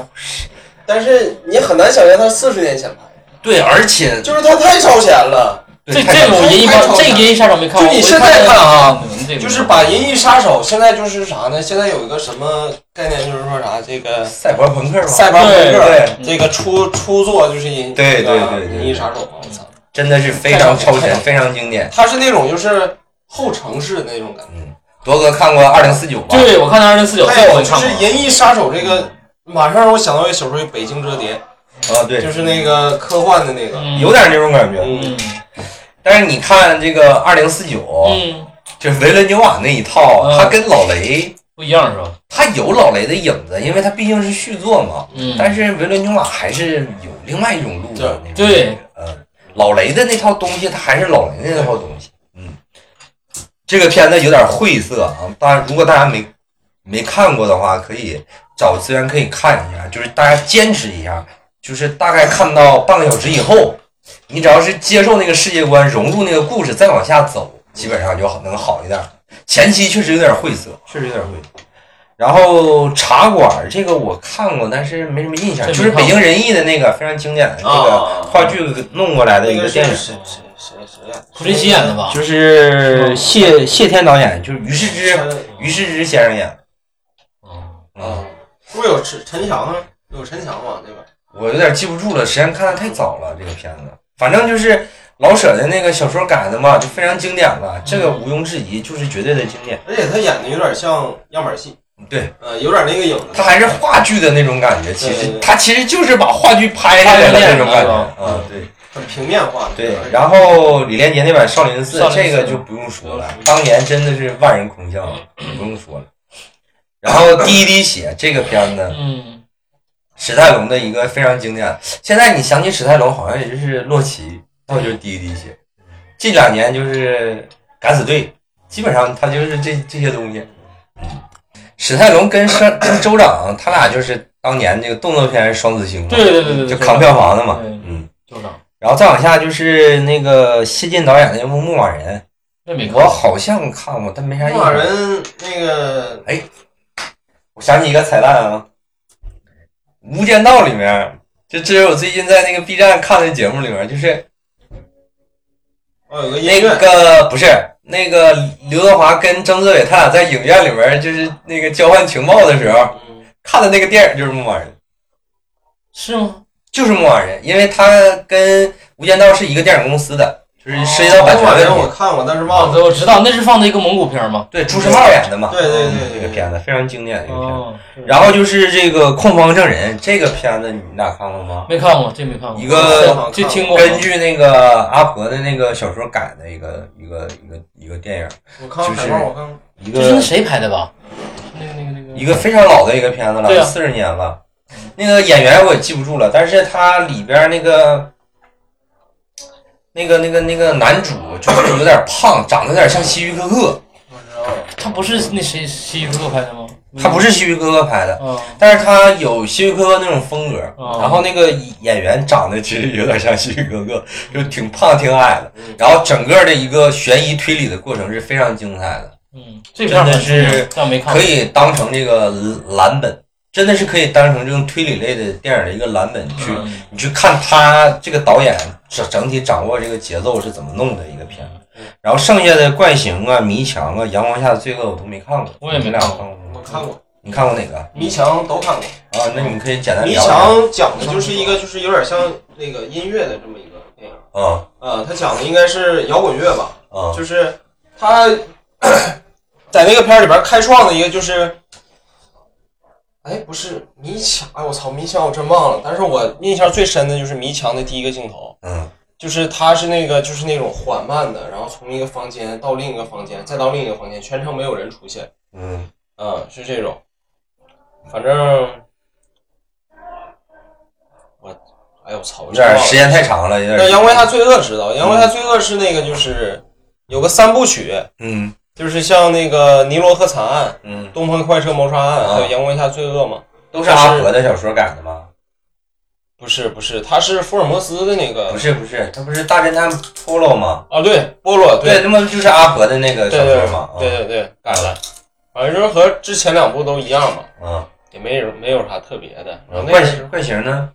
但是你很难想象他四十年前拍的，对，而且就是他太超前了，这对这个我银翼杀这个银翼杀手没看过，就我你一现在看啊，这个就是把《银翼杀手》现在就是啥呢？现在有一个什么概念，就是说啥这个赛博朋克嘛，赛博朋克对，这个出出作就是银对这个对对对对银翼杀手嘛，我操，真的是非常超太前，好了非常经典。他是那种就是后城市那种感觉。铎哥看过《二零四九》吧？对我看到二零四九，还有我就看是过《银翼杀手》这个，马上让我想到一个小说《北京折叠啊，》，对就，是那个科幻的那个。嗯有点那种感觉。嗯嗯但是你看这个《二零四九》，嗯就是维伦纽瓦那一套，嗯他跟老雷，不一样是吧？他有老雷的影子，因为他毕竟是续作嘛。嗯，但是维伦纽瓦还是有另外一种路的那种。对，嗯，老雷的那套东西，他还是老雷的那套东西。嗯，这个片子有点晦涩啊，当然如果大家没没看过的话，可以找资源可以看一下，就是大家坚持一下，就是大概看到半个小时以后，你只要是接受那个世界观，融入那个故事，再往下走，基本上就好能好一点。前期确实有点晦涩，确实有点晦涩。然后茶馆这个我看过，但是没什么印象，这没就是看北过京人艺的那个非常经典的那个啊，话剧弄过来的一那个个电是影，谁谁谁谁演的？普林西演的吧？就是嗯谢谢天导演，就是于世之陈于世之先生演的。嗯嗯，啊，是不是有陈陈翔啊？有陈翔吧？那个我有点记不住了，时间看的太早了，这个片子。反正就是老舍的那个小说改的嘛，就非常经典了，这个毋庸置疑，就是绝对的经典。而且他演的有点像样板戏，对，呃，有点那个影它子。还是话剧的那种感觉，其对实对对它其实就是把话剧拍下来的那种感觉。啊，对。很平面化的。对，然后李连杰那版《少林寺少》林寺这个就不用说了不用，说当年真的是万人空巷，不用说了。然后《第一滴血》这个片子，嗯，史泰龙的一个非常经典。现在你想起史泰龙，好像也就是洛奇，要不就是《第一滴血》。近两年就是《敢死队》，基本上他就是这这些东西。史泰龙跟山 跟州长，他俩就是当年这个动作片双子星嘛，对对对对，就扛票房的嘛，对嗯。就长，然后再往下就是那个谢晋导演的那部《牧马人那没》，看我好像看过，但没啥印牧马象。人那个我想起一个彩蛋啊，《无间道》里面，就这是我最近在那个 B 站看的节目里面，就是哦，有个音那乐个不是那个刘德华跟张泽伟他俩在影院里面就是那个交换情报的时候嗯看的那个电影就是《牧马人》，是吗？就是《牧马人》，因为他跟《无间道》是一个电影公司的，就是涉及到版牧马权人问我题。看过，但是忘哦，了。对，我知道那是放的一个蒙古片嘛。对，朱时茂演的嘛，对对对这对个对，片子非常经典的一个片子。哦，然后就是这个《控方证人》这个片子，你们俩看过吗？没看过，这没看过。一个就听过，根据那个阿婆的那个小说改的一个一个一个一个电影，我看过海报，我看过。一这是那个谁拍的吧？那个那个那个一个非常老的一个片子对了，啊四十年了。那个演员我也记不住了，但是他里边那个那个那个那个男主就是有点胖，长得有点像希区柯克。我知道了他不是那谁希区柯克拍的吗？他不是希区柯克拍的，啊，但是他有希区柯克那种风格。哦然后那个演员长得其实有点像希区柯克，就挺胖挺矮的。嗯然后整个的一个悬疑推理的过程是非常精彩的，嗯，这片儿真的是但我没看可过。以当成这个蓝本，真的是可以当成这种推理类的电影的一个蓝本去，嗯你去看他这个导演整整体掌握这个节奏是怎么弄的一个片嗯。然后剩下的《怪形》啊、《迷墙》啊、《阳光下的罪恶》我都没看过，我也没你们俩看看过过吗我看过，你看过哪个啊？迷墙都看过。那你们可以简单迷聊一下。墙讲的就是一个，就是有点像那个音乐的这么一个电影。啊啊，它讲的应该是摇滚乐吧，啊就是他 在那个片儿里边开创的一个就是，哎，不是迷墙，哎，我操，迷墙我真忘了，但是我印象最深的就是迷墙的第一个镜头，嗯就是他是那个就是那种缓慢的，然后从一个房间到另一个房间，再到另一个房间，全程没有人出现。嗯嗯，是这种，反正我，哎呦我操，我有真点忘了时间太长了，有点。那杨过他罪恶知道，杨过他罪恶是那个就是有个三部曲，嗯就是像那个尼罗河惨案、嗯，东方快车谋杀案，啊还有杨过一下罪恶嘛。都是阿和的小说改的吗？不是不是，他是福尔摩斯的那个不是不是，他不是大侦探 Polo 吗？啊，对，波洛，对，那么就是阿和的那个对小对说嘛。对对对，改的，反正就是和之前两部都一样嘛，嗯，也没有没有啥特别的。然后嗯那怪个形怪形呢？啊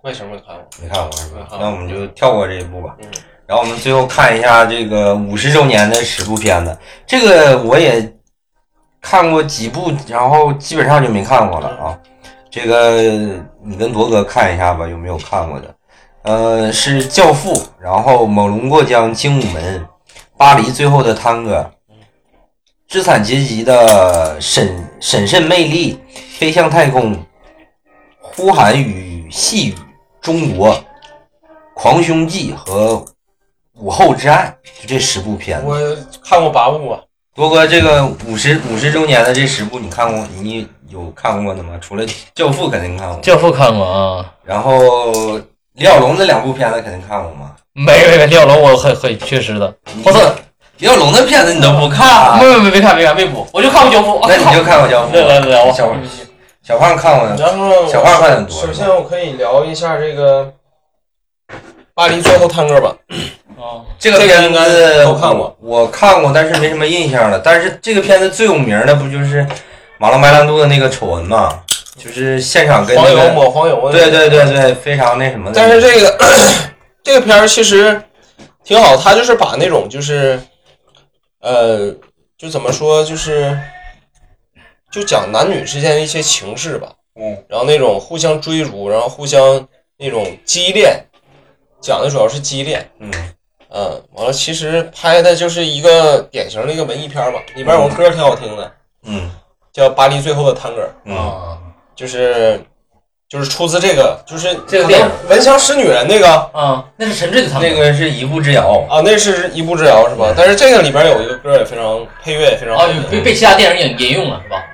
怪什么看过？没看过是吧？嗯那我们就跳过这一步吧。嗯然后我们最后看一下这个五十周年的十部片子，这个我也看过几部，然后基本上就没看过了啊。这个你跟铎哥看一下吧，有没有看过的？呃，是《教父》，然后《猛龙过江》《精武门》《巴黎最后的探戈》《资产阶级的审审慎魅力》《飞向太空》《呼喊与细雨》《中国》《狂凶记》和《午后之爱》，就这十部片子。我看过八部啊，多哥，这个五十五十周年的这十部，你看过？你有看过的吗？除了《教父》肯定看过，教父看过啊？然后李小龙的两部片子肯定看过吗？没没没，廖龙我很很确实的，我操，李小龙的片子你都不看啊没，没没没看没看没补，我就看过教父。那你就 看过《教父来》来来，我小小胖看过的，然后小胖看的多首先我可以聊一下这个《巴黎最后探戈》吧。啊，这个片这个应子该都看过，我看过，但是没什么印象了。但是这个片子最有名的不就是马龙白兰度的那个丑闻嘛？就是现场跟黄那油个，抹黄油的。对对对对，非常那什么的。但是这个 这个片儿其实挺好，他就是把那种就是呃，就怎么说就是就讲男女之间的一些情事吧。嗯，然后那种互相追逐，然后互相那种激烈，讲的主要是激烈。嗯嗯，完了，其实拍的就是一个典型的一个文艺片儿吧，里边有个歌挺好听的，嗯叫《巴黎最后的探戈》，嗯啊就是就是出自这个，就是这个电影《闻香识女人》那个啊，那是陈醉的他们那个是一步之遥，啊，那是一步之遥是吧？嗯但是这个里边有一个歌也非常配乐也非常好啊听，被被其他电影引引用了是吧？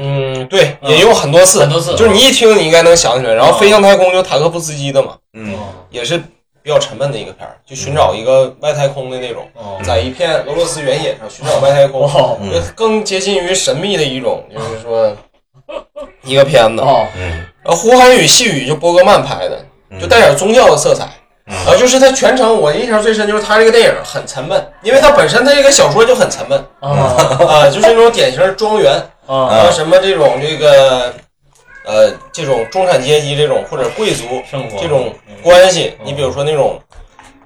嗯，对，引用很多次，很多次嗯就是你一听你应该能想起来。然后《飞向太空》就塔科夫斯基的嘛，嗯也是比较沉闷的一个片儿，就寻嗯找一个外太空的那种，哦在一片俄罗斯原野上寻找外太空。哦嗯就更接近于神秘的一种，就是说一个片子。哦，嗯，然后《呼喊与细雨》就伯格曼拍的，嗯就带点宗教的色彩。嗯然后就是他全程，我印象最深就是他这个电影很沉闷，因为他本身他这个小说就很沉闷啊啊，就是那种典型庄园啊，啊，什么这种这个呃这种中产阶级这种或者贵族生活这种嗯关系。你嗯比如说那种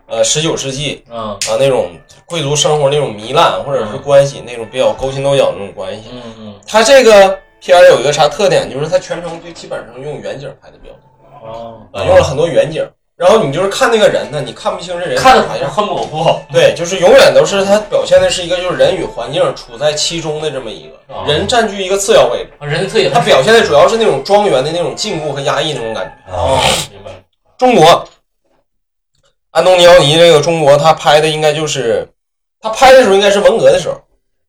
呃十九世纪嗯啊那种贵族生活那种糜烂，或者是关系那种比较勾心斗角的那种关系。嗯嗯它这个片儿有一个啥特点，就是它全程就基本上用远景拍的比较多，哦，啊用了很多远景。然后你就是看那个人呢，你看不清这人看长的啥好像样。很模糊。对，就是永远都是它表现的是一个就是人与环境处在其中的这么一个啊人占据一个次要位置。啊人的特点它表现的主要是那种庄园的那种禁锢和压抑那种感觉。哦啊，，明白了。中国，安东尼奥尼这个中国，他拍的应该就是他拍的时候应该是文革的时候。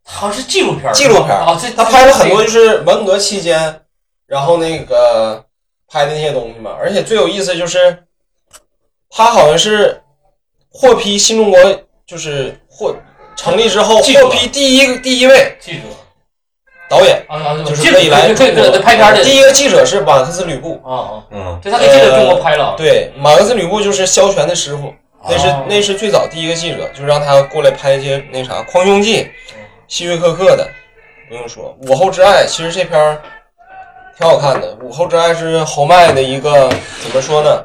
好像是纪录片儿，纪录片儿啊，这他拍了很多就是文革期间，然后那个拍的那些东西嘛。而且最有意思就是，他好像是获批新中国，就是获成立之后记住了获批第一第一位记住了导演，啊啊，就是记住未来对对对对，拍片儿的第一个记者是马克思吕布。啊啊，嗯对，他给记者中国拍了，对，马克思吕布就是萧权的师傅，那是哦那是最早第一个记者，就让他过来拍一些那啥《狂凶记》《希区柯克》的，不用说，《午后之爱》其实这片儿挺好看的，《午后之爱》是侯麦的一个怎么说呢？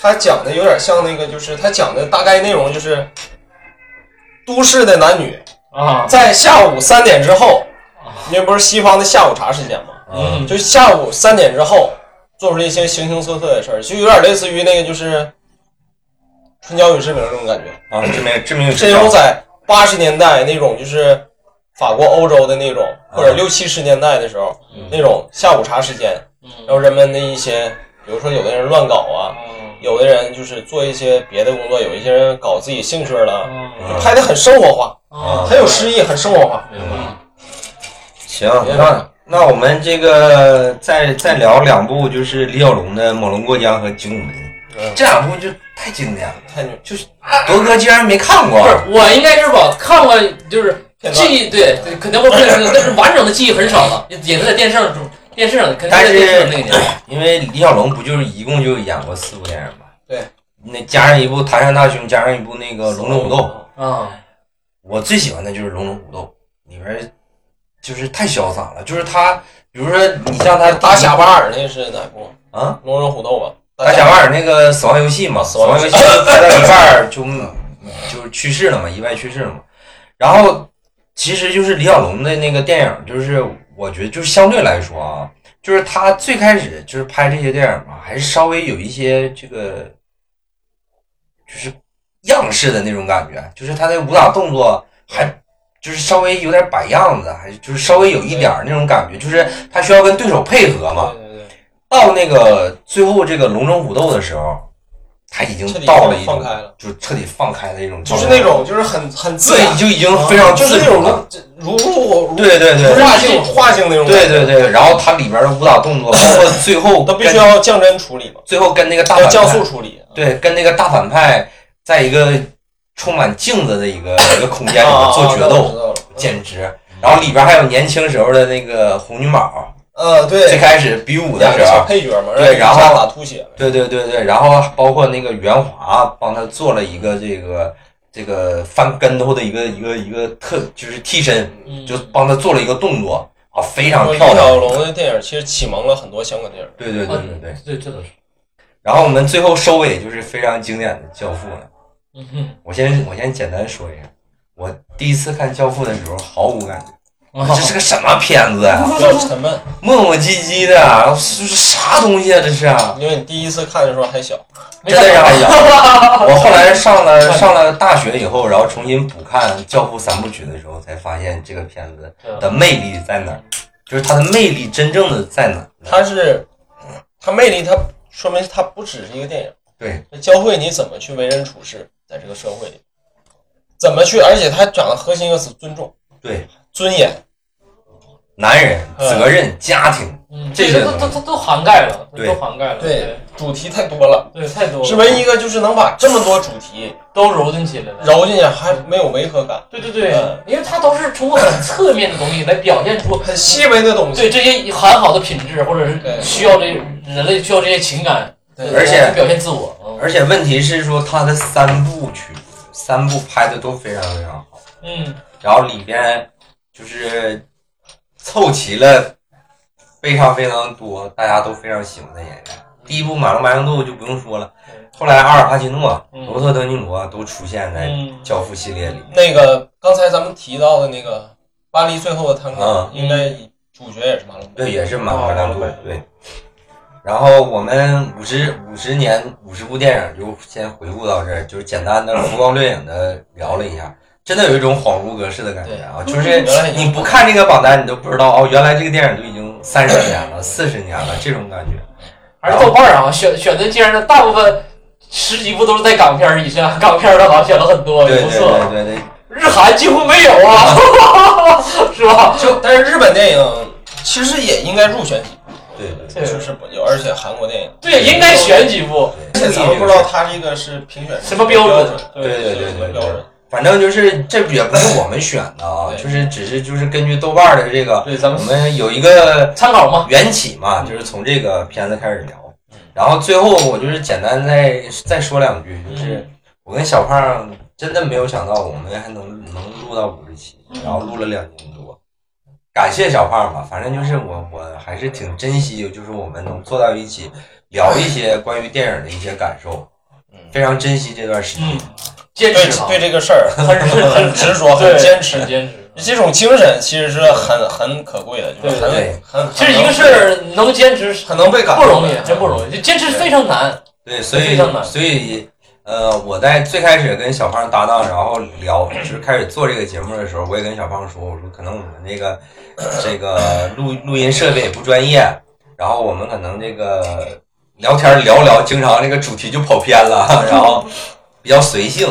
他讲的有点像那个，就是他讲的大概内容就是，都市的男女啊在下午三点之后啊因为不是西方的下午茶时间嘛，嗯，就下午三点之后做出了一些形形色色的事儿，就有点类似于那个就是春娇与志明那种感觉。啊，致命致命这种在八十年代那种就是法国欧洲的那种，或者嗯六七十年代的时候嗯那种下午茶时间，然后人们的一些，比如说有的人乱搞啊，嗯有的人就是做一些别的工作，有一些人搞自己兴趣了，嗯拍的很生活化，嗯很有诗意，很生活化。明白行，那那我们这个再再聊两部，就是李小龙的《猛龙过江》和《精武门》，嗯，这两部就太经典了。太牛，铎哥竟然没看过啊不，是，我应该是吧，看过就是片段记忆，对，对肯定会片段，但是完整的记忆很少了，也也是在电视上，电视上，肯定在但是电视上那个年代。因为李小龙不就是一共就演过四部电影吗？对，那加上一部《唐山大兄》，加上一部那个《龙争虎斗》，啊，我最喜欢的就是《龙争虎斗》里边，就是太潇洒了，就是他，比如说你像他嗯打哑巴尔那是哪部？啊，龙争虎斗吧？打哑小巴尔那个死亡游戏嘛，啊死死亡亡游游戏拍到一半儿就嗯就是去世了嘛，意外去世了嘛。然后其实就是李小龙的那个电影，就是我觉得就是相对来说啊，就是他最开始就是拍这些电影嘛，还是稍微有一些这个就是样式的那种感觉，就是他的武打动作还。就是稍微有点摆样子，还是就是稍微有一点儿那种感觉，就是他需要跟对手配合嘛。对对对，到那个最后这个龙争虎斗的时候，他已经彻底到了一放种开了，就彻底放开的一种就状态，是那种就是很很自然啊对，，就已经非常就是自那主种了。如如如对对对化性化性那种，对对对，然后他里边的武打动作，包括最后都必须跟要降真处理嘛，最后跟那个大要反降派速，处理。对，跟那个大反派在一个充满镜子的一个一个空间里面啊，做决斗，斗简直。然后里边还有年轻时候的那个红女宝，呃，最对，开始比武的两时个候小，配角嘛，对然后让打吐血了，对对对对，然后包括那个袁华帮他做了一个这个这个翻跟头的一个一个一个特就是替身，嗯就帮他做了一个动作啊，非常说李漂小亮。哦龙的电影其实启蒙了很多香港电影，对对对哦对对。对，这倒是。然后我们最后收尾就是非常经典的《教父》了。嗯哼我先我先简单说一下，我第一次看《教父》的时候毫无感觉，啊这是个什么片子呀、比较沉闷，磨磨唧唧的，然后是是啥东西啊？这是啊？因为你第一次看的时候还小，没真看的让过我想， 我后来上了哎 上了大学以后，然后重新补看《教父》三部曲的时候，才发现这个片子的魅力在哪儿，就是它的魅力真正的在哪儿呢。它是它魅力，它说明它不只是一个电影，对，它教会你怎么去为人处事，在这个社会里，怎么去，而且它讲的核心一个词尊重、对，尊严，男人、嗯责任、家庭，嗯这这些些都东西都都都涵盖了，对都涵盖了，对，主题太多了，对，太多了，是唯一一个就是能把这么多主题都揉进去了的。揉进去，还没有违和感，对对对嗯，因为它都是通过很侧面的东西来表现出很细微的东西。对这些很好的品质，或者是对需要这人类需要这些情感，对而且来表现自我。嗯而且问题是说它的三部曲、三部拍的都非常非常好，嗯，然后里边就是凑齐了非常非常多大家都非常喜欢的演员。第一部《马龙白兰度》就不用说了，后来阿尔帕奇诺、嗯罗伯特·德尼罗都出现在《嗯教父》系列里。那个刚才咱们提到的那个巴黎最后的探啊戈，应该主角也是马龙白对，兰度。也是马龙白兰度哦马龙白兰。度对。然后我们五十五十年五十部电影就先回顾到这儿，就是简单的浮光掠影的聊了一下，真的有一种恍如隔世的感觉啊！就是原来已经你不看这个榜单，你都不知道哦，原来这个电影都已经三十年了、四十年了，这种感觉。而豆瓣儿啊，选选的竟然大部分十几部都是在港片儿以上，港片儿的好像选了很哦多，对也不对错。对对对，日韩几乎没有啊， 是吧？就但是日本电影其实也应该入选几对对部，就是不有，而且韩国电影，对，应该选几部，而且咱们不知道它这个是评选什么标标准？对对是对什对么标准？反正就是这也不是我们选的啊，对就是只是就是根据豆瓣儿的这个，对，咱我们们有一个参考嘛。缘起嘛，就是从这个片子开始聊。然后最后我就是简单再再说两句，就是我跟小胖真的没有想到我们还能能录到五十期，然后录了两年多，感谢小胖吧。反正就是我我还是挺珍惜，就是我们能坐到一起聊一些关于电影的一些感受，非常珍惜这段时间。嗯，坚对持嘛， 对这个事儿很很很执着，很对坚持。坚持。这种精神其实是很很可贵的，就是很对很其实一个是能坚持很能被感不动容易，的真不容易，就坚持非常难。对，所非以常难所以呃，我在最开始跟小胖搭档，然后聊，就是开始做这个节目的时候，我也跟小胖说，我说可能我们这个这个录录音设备也不专业，然后我们可能这个聊天聊聊，经常这个主题就跑偏了，然后比较随性，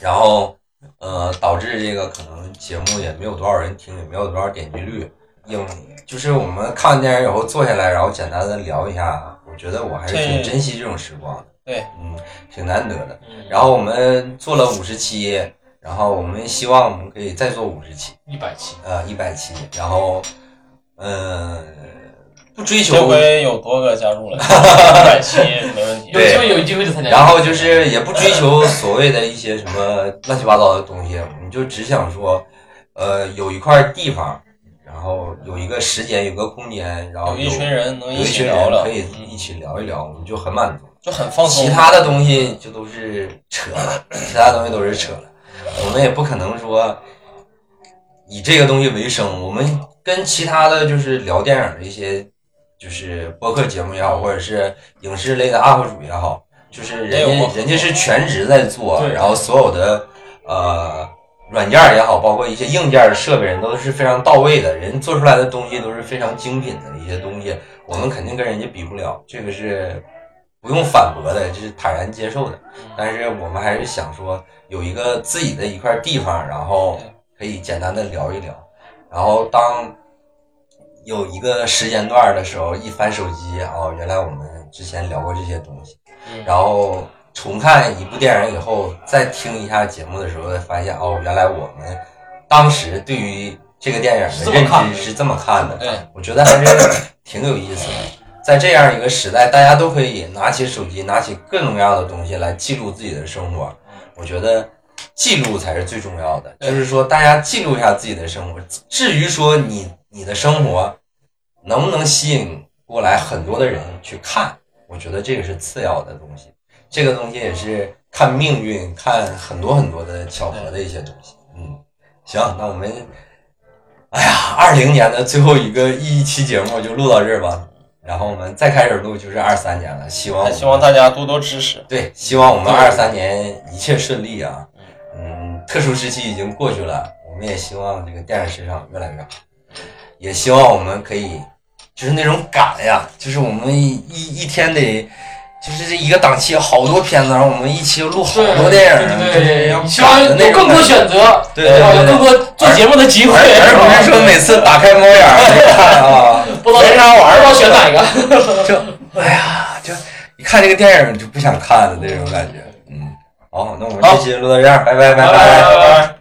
然后呃，导致这个可能节目也没有多少人听，也没有多少点击率。影就是我们看完电影以后坐下来，然后简单的聊一下，我觉得我还是挺对珍惜这种时光的。对，嗯，挺难得的。然后我们做了五十期，然后我们希望我们可以再做五十期，一百期，呃，一百期。然后，嗯，不追这求，回有多个加 入了，一百期没问题。有机会有机会就参加。然后就是也不追求所谓的一些什么乱七八糟的东西，我们就只想说，呃，有一块地方，然后有一个时间，有个空间，然后有一群人能有一一起群人聊聊，可以一起聊一聊，我们就很满足。就很放松。其他的东西就都是扯了，其他东西都是扯了。我们也不可能说以这个东西为生。我们跟其他的就是聊电影的一些，就是播客节目也好，或者是影视类的 UP 主也好，就是人没家有过人家是全职在做，对然后所有的呃软件也好，包括一些硬件设备，人都是非常到位的，人做出来的东西都是非常精品的一些东西，我们肯定跟人家比不了，这个是不用反驳的，这是坦然接受的。但是我们还是想说有一个自己的一块地方，然后可以简单的聊一聊，然后当有一个时间段的时候，一翻手机，哦，原来我们之前聊过这些东西，嗯然后重看一部电影以后，再听一下节目的时候，发现哦，原来我们当时对于这个电影的是这么看认的哎知是这么看的，对我觉得还是挺有意思的。在这样一个时代，大家都可以拿起手机，拿起各种各样的东西来记录自己的生活。我觉得记录才是最重要哎的，对就是说大家记录一下自己的生活。至于说你你的生活能不能吸引过来很多的人去看，我觉得这个是次要的东西。这个东西也是看命运、看很多很多的巧合的一些东西。嗯，行，那我们，哎呀，二零年的最后一个一期节目就录到这儿吧。然后我们再开始录就是二三年了，希望我们希望大家多多支持。对，希望我们对二三年一切顺利啊。嗯，特殊时期已经过去了，我们也希望这个电影市场越来越好，也希望我们可以，就是那种赶呀，就是我们一一一天得。就是这一个档期有好多片子，然后我们一期录好对多电影啊，对就对是对要对，希望赶的那种有更多感觉选择，对对对有更多做节目的机会， 而不是说每次打开猫眼儿就看啊，不知道啥玩儿，不知道 选哪个。就哎呀，就一看这个电影就不想看了那种感觉。嗯，好，那我们这期就录到这样，拜拜拜拜拜。